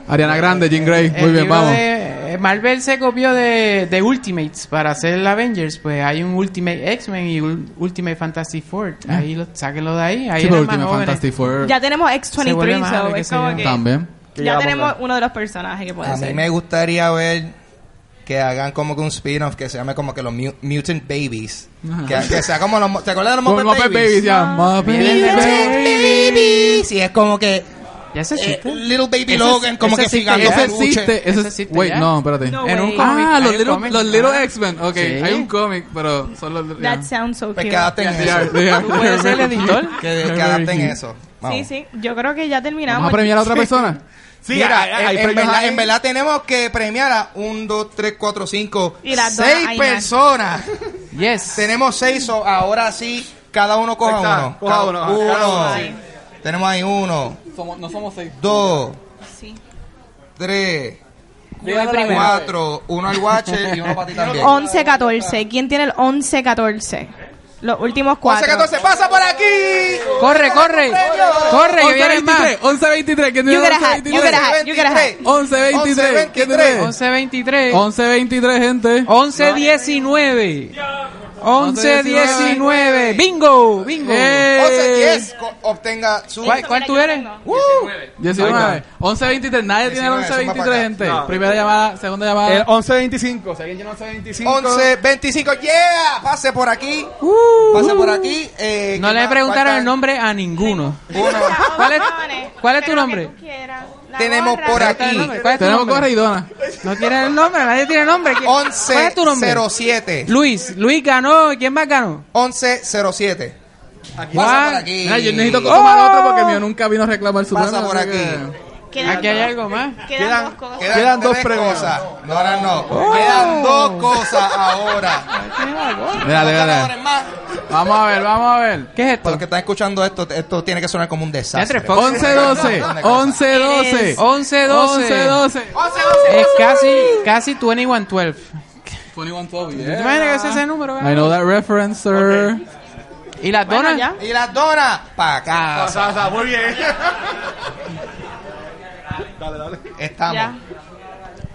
C: Ariana Grande, Jean Grey.
E: El
C: Muy bien,
E: libro
C: vamos.
E: de- eh, Marvel se copió de, de Ultimates para hacer el Avengers. Pues hay un Ultimate X-Men y un Ultimate Fantastic Four. Ahí lo, sáquenlo de ahí. Ahí
C: Ah. Sí, por
E: eran más
C: último,
E: jóvenes.
C: Fantastic Four.
D: Ya tenemos
E: Se vuelve
D: X23,
E: madre,
D: so
E: qué
D: es
E: sé
D: como
E: yo.
D: que
C: También.
A: Que
D: ya
A: ya
D: tenemos
A: pongan.
D: uno de los personajes que puede
B: A mí
D: ser.
B: me gustaría ver que hagan como que un spin-off que se llame como que los Mu- Mutant Babies. Que, que sea como los... mo- ¿Te acuerdas de los
C: Con
B: Muppet,
C: Muppet Babies, ya. Muppet
E: Bien,
B: Mutant
C: Babies.
B: Babies. Y es como que...
E: ¿Ya se
B: eh,
E: existe?
B: Little Baby
E: pues. Ese-
B: Logan, como
E: ese
B: que
E: existe
B: figando
E: ya.
C: Ese
B: peluche.
C: existe. Ese
E: Ese
C: es-
E: existe
C: Wait,
E: ya.
C: no, espérate.
D: No
E: en un
D: way.
E: cómic.
C: Ah,
E: hay
C: los
E: un
C: Little,
E: cómic.
C: los little
E: Ah.
C: X-Men. Ok,
E: Sí.
C: hay un cómic, pero son los...
D: That
C: ya.
D: sounds so
B: Pues
D: cute.
B: que adapten
C: They are-
B: eso.
C: they are
E: ¿Tú puedes ser el
C: very cute.
E: editor?
B: Que, que adapten eso.
D: Sí,
B: Vamos.
D: sí, yo creo que ya terminamos.
C: ¿Vamos a premiar a otra persona?
A: Sí,
B: Mira, eh,
A: hay- hay
B: en- en,
A: premios
B: verdad,
A: ahí.
B: en verdad tenemos que premiar a 1, 2, 3, 4, 5,
D: Y las donas
B: 6
D: hay más.
B: personas.
E: Yes.
B: Tenemos 6, ahora sí, cada uno coja
A: Ahí está,
B: uno.
A: coja
B: Cada-
A: uno, ajá, cada
D: uno,
B: uno.
D: sí.
B: Tenemos ahí uno,
C: no somos seis.
B: dos,
D: Sí.
B: tres,
D: Yo el primero.
B: cuatro, uno al guache y uno para ti también.
D: 11-14. ¿Quién tiene el 11-14? Los últimos cuatro.
B: 11, 14, pasa por aquí.
E: Corre, corre. Corre, que vienen más.
C: 11-23. ¿Quién tiene
D: You gotta have, you gotta
C: 11-23?
D: have, you gotta have.
C: 11-23. ¿Quién tiene?
E: 11-23.
C: 11-23, gente.
E: 11-19. 11, 19. ¡Bingo! ¡Bingo!
B: 11, 10, co- obtenga su...
E: ¿Cuál, cuál tú eres?
B: ¡Woo!
C: 19. 1123. Nadie tiene el
B: 19, son para
C: 1123,
B: acá.
C: gente.
A: No.
C: Primera llamada, segunda llamada.
A: El 1125. Si alguien tiene 1125.
B: 11, 25, yeah, pase por aquí, pase por aquí. eh,
E: No
B: ¿qué
E: le
B: más?
E: preguntaron
B: Falta-
E: el nombre a ninguno. ¿Cuál es- cuál es tu nombre?
B: Tenemos por
E: ¿Cuál es
B: aquí.
E: el nombre? ¿Cuál es tu
C: Tenemos
E: nombre?
C: corridona.
E: No tiene el nombre, nadie tiene nombre. ¿Quién- ¿Cuál es tu nombre?
B: 1107.
E: Luis, Luis ganó. ¿Quién más ganó?
B: 1107.
E: Juan.
B: Pasa por aquí.
C: Mira, yo necesito
E: co-
C: tomar
E: Oh.
C: otro porque mío nunca vino a reclamar su
B: Pasa
C: premio,
B: por
C: así
B: aquí.
C: que-
E: Aquí hay algo más.
A: Quedan-
D: Quedan dos cosas.
B: Quedan,
A: Quedan
B: dos
A: dos premios.
B: cosas. No, ahora no.
E: Oh.
B: Quedan dos cosas ahora.
C: Mira,
B: Dos
C: mira,
B: ganadores
C: mira.
B: más.
C: Vamos a ver, vamos a ver.
E: ¿Qué
B: Para los
E: es esto?
B: que están escuchando esto, esto tiene que sonar como un desastre.
E: Entre Fox.
C: 11-12. 11-12.
E: 11-12.
C: 11-12.
E: Es casi, casi 21-12. ¿Te imaginas que es ese número? eh?
C: I know that reference, sir.
E: ¿Y las
D: Bueno,
E: donas?
D: ya.
B: Y las donas, pa' acá.
A: muy bien.
B: Estamos.
D: Ya.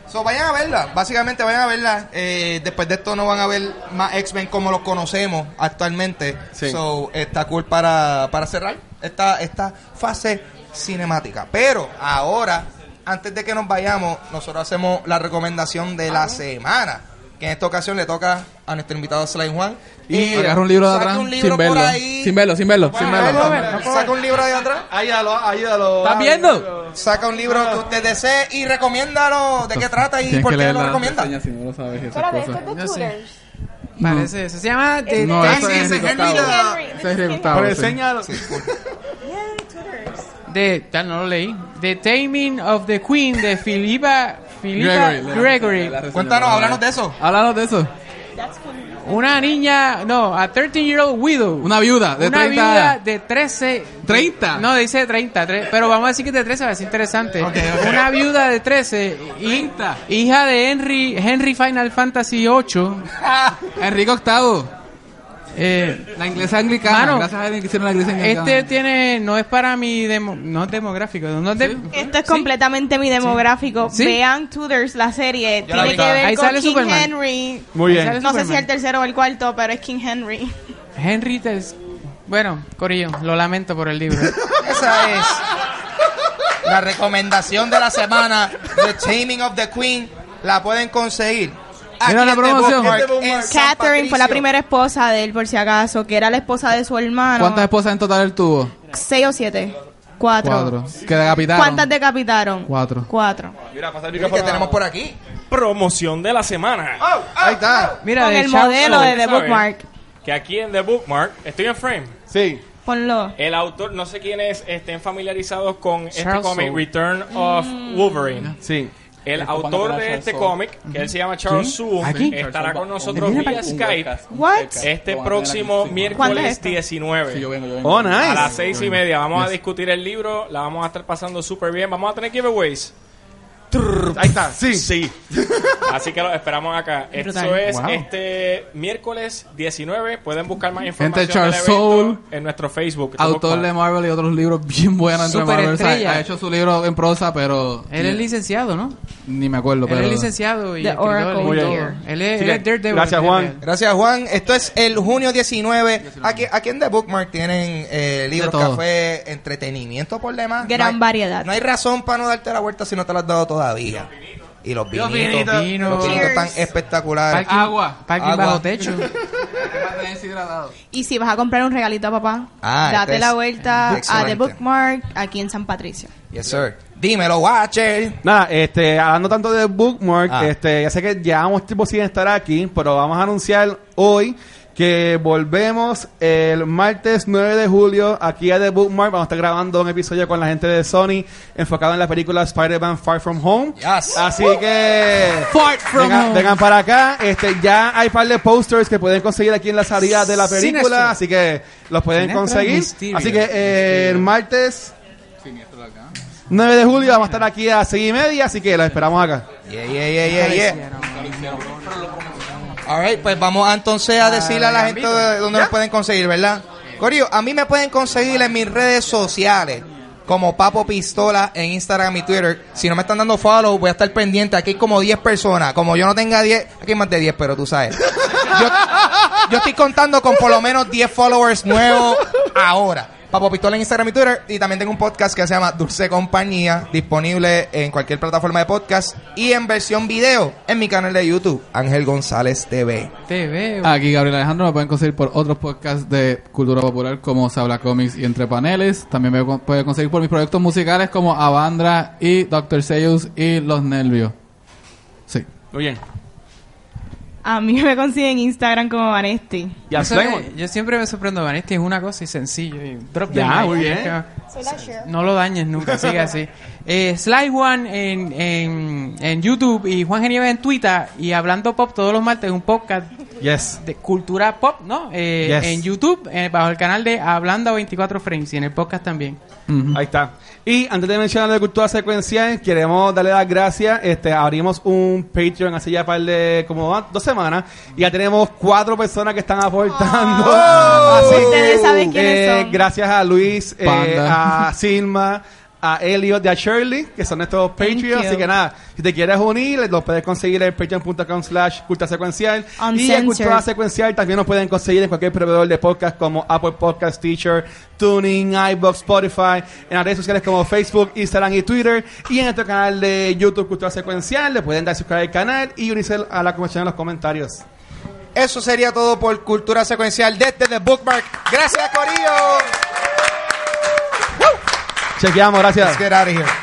B: So, vayan a verla, básicamente vayan a verla. Eh, después de esto no van a ver más X-Men como los conocemos actualmente.
A: Sí.
B: So, está cool para, para cerrar esta, esta fase cinemática. Pero ahora, antes de que nos vayamos, nosotros hacemos la recomendación de la semana. Que en esta ocasión le toca a nuestro invitado Slime Juan.
C: Y agarra un libro de
B: saca
C: atrás
B: un libro
C: sin
B: por
C: verlo.
B: ahí.
C: Sin verlo, sin verlo. sin
B: Bueno,
C: verlo.
B: ahí va, Saca un libro de atrás.
A: Ayúdalo, ayúdalo.
C: ¿Estás viendo?
B: Saca un libro que usted desee y recomiéndalo. ¿De qué trata y
C: Tienes
B: por
C: que
B: qué
C: leer
B: lo
C: la
B: recomienda?
C: reseña si no lo sabes y esas
I: Espérate,
C: cosas.
I: esto es de
E: Yo sé.
I: Coolers.
E: Parece eso. Se llama The
C: No,
E: Ten-
C: eso
B: sí,
C: es
B: ese es
C: Enrico
B: Henry
C: Octavo.
B: Ah,
I: Henry,
C: Ese es Enrico Octavo,
A: Pero
C: sí.
A: enséñalo.
I: Yeah, Coolers.
E: de ya no lo leí The Taming of the Queen de Philippa Philippa
C: Gregory. la-
E: Gregory,
C: la reseña,
B: Cuéntanos,
C: por
B: háblanos
C: favor.
B: de eso.
C: Háblanos de eso.
I: That's Coolers.
E: una niña no a 13 year old widow
C: Una viuda de
E: una
C: 30
E: viuda de 13
C: 30.
E: no dice 30 tre- pero vamos a decir que de 13 va a ser interesante una viuda de 13 y-
C: 30.
E: hija de Henry Henry Final Fantasy 8
C: Enrico Octavo.
E: eh,
C: La inglesa anglicana.
E: Mano,
C: Gracias a alguien que hicieron la inglesa anglicana.
E: este tiene no es para mi demo, no es demográfico no es de-
D: Esto es completamente mi demográfico.
E: Sí.
D: Vean Tudors, la serie.
B: la
D: Tiene
B: vi.
D: que ver
E: Ahí
D: con
E: sale
D: King
E: Superman.
D: Henry.
A: Muy
E: Ahí sale
A: bien.
D: No sé si
E: Superman.
D: el tercero o el cuarto, pero es King Henry.
E: Henry Tes- bueno Corillo lo lamento por el libro
B: Esa es la recomendación de la semana. The Taming of the Queen. La pueden conseguir. aquí
C: Mira la
B: en The
C: promoción.
B: Bookmark, en San
D: Catherine fue la
B: Patricio.
D: primera esposa de él, por si acaso, que era la esposa de su hermano.
C: ¿Cuántas esposas en total él tuvo?
D: ¿Seis o siete? Cuatro.
C: Cuatro. Que decapitaron.
D: ¿Cuántas decapitaron?
C: Cuatro.
D: Cuatro.
A: Mira, pasa el
B: Mira que tenemos por aquí.
G: Promoción de la semana.
B: Ahí está.
E: mira
D: Con
E: de
D: el
E: Shao
D: modelo
E: Tzu.
D: de The
G: ¿Sabe?
D: Bookmark.
G: Que aquí en The Bookmark, estoy en frame.
A: Sí.
D: Ponlo.
G: El autor, no sé quiénes estén familiarizados con este
E: Charles
G: cómic,
E: Soule.
G: Return of
D: Mm.
G: Wolverine.
A: Sí.
G: El
C: Estoy
G: autor
C: ocupando
G: de
C: Charles
G: este
C: Soule.
G: cómic, que él se llama Charles Soule,
E: ¿Aquí?
G: estará con nosotros
E: Mira,
G: vía
E: parece un
G: Skype
D: What?
G: este próximo
D: ¿Cuándo es este?
G: miércoles
D: esto?
G: 19.
C: Sí, yo vengo, yo vengo.
A: Oh,
G: A las
A: nice.
G: seis y media vamos a discutir el libro, la vamos a estar pasando súper bien, vamos a tener giveaways.
A: Ahí está. Sí.
G: Sí. Así que los esperamos acá. Esto
D: Brutal.
G: es
E: Wow.
G: este miércoles 19. Pueden buscar más
C: Gente,
G: información
C: Charles
G: del evento
C: Soule,
G: en nuestro Facebook.
C: Autor de Marvel y otros libros bien buenos entre Marvel.
E: Superestrella.
C: O sea, ha hecho su libro en prosa, pero.
E: Él es licenciado, ¿no?
C: Ni me acuerdo,
E: Él
C: pero.
E: es licenciado y
D: The
E: escritor
D: Oracle
E: y
D: Muy
E: todo.
D: bien.
E: Él es,
A: Sí,
E: él es Daredevil.
A: gracias, Juan.
B: Gracias, Juan. Esto es el junio 19. Aquí, aquí en The Bookmark tienen eh, libros,
C: todo.
B: café, entretenimiento por demás.
D: Gran
B: No hay-
D: variedad.
B: No hay razón para no darte la vuelta si no te la has dado todavía. Y los vinitos.
E: vinitos.
B: Los vinitos
D: Cheers.
B: están espectaculares.
E: Parking-
C: Agua.
E: Parking
B: Agua.
E: bajo techo.
D: Y si vas a comprar un regalito a papá,
B: Ah, este
D: date
B: es
D: la vuelta a
B: excelente.
D: The Bookmark aquí en San Patricio.
B: Yes, sir. Dímelo, Watcher.
A: Nada, este, hablando tanto de Bookmark,
B: Ah.
A: este, ya sé que llevamos tiempo sin estar aquí, pero vamos a anunciar hoy que volvemos el martes 9 de julio aquí a The Bookmark. Vamos a estar grabando un episodio con la gente de Sony enfocado en la película Spider-Man Far From Home.
B: Yes.
A: Así que... vengan, vengan para acá. Este, ya hay par de posters que pueden conseguir aquí en la salida de la película,
E: Sinestro.
A: así que los pueden
E: Sinestro
A: conseguir.
E: Mysterio.
A: Así que eh, el martes 9 de julio vamos a estar aquí a 6 y media, así que la esperamos acá.
B: Yeah, yeah, yeah, yeah, yeah. All right, pues vamos a, entonces a decirle a la gente de- dónde nos pueden conseguir, ¿verdad? Corillo, a mí me pueden conseguir en mis redes sociales. Como Papo Pistola en Instagram y Twitter. Si no me están dando follow, voy a estar pendiente. Aquí hay como 10 personas. Como yo no tenga 10, aquí hay más de 10, pero tú sabes. Yo, yo estoy contando con por lo menos 10 followers nuevos ahora. Papo Pistola en Instagram y Twitter. Y también tengo un podcast que se llama Dulce Compañía, disponible en cualquier plataforma de podcast y en versión video en mi canal de YouTube, Ángel González TV.
E: Te veo.
C: Aquí Gabriel Alejandro me pueden conseguir por otros podcasts de cultura popular como Se habla Comics y Entre Paneles. También me con- pueden conseguir por mis proyectos musicales como Avandra y Dr. Seuss y Los Nervios. Sí.
A: Muy bien.
D: A mí me consiguen Instagram como Vanesti.
A: Y a
E: Eso
A: Slemon.
E: me- yo siempre me sorprendo, Vanesti es una cosa y sencillo. y drop the
A: Ya,
E: mic.
A: muy bien.
E: Es que No lo dañes nunca, sigue así. Eh, Sly One en, en, en YouTube y Juan Genieves en Twitter y Hablando Pop todos los martes, un podcast
A: Yes.
E: de cultura pop, ¿no? Eh,
A: Yes.
E: En YouTube, eh, bajo el canal de Hablando a 24 Frames y en el podcast también.
C: Ujú.
A: Ahí está. Y antes de mencionar la cultura secuencial, queremos darle las gracias. Este, abrimos un Patreon hace ya par de como ah, dos semanas y ya tenemos cuatro personas que están aportando.
C: Oh.
D: Ustedes saben quiénes
A: eh,
D: son.
A: Gracias a Luis, eh,
C: Panda.
A: a Silma, a Elliot y a Shirley, que son estos Patreons.
E: you.
A: Así que nada, si te quieres unir, los puedes conseguir en patreon.com slash cultura secuencial. Y
D: Uncensored.
A: en cultura secuencial también nos pueden conseguir en cualquier proveedor de podcast como Apple Podcast, Teacher, Tuning, iBox, Spotify, en las redes sociales como Facebook, Instagram y Twitter. Y en nuestro canal de YouTube Cultura Secuencial le pueden dar suscribir al canal y unirse a la conversación en los comentarios.
B: Eso sería todo por Cultura Secuencial desde The Bookmark. Gracias, Corillo.
A: Chequeamos, gracias.
B: Let's get out of here.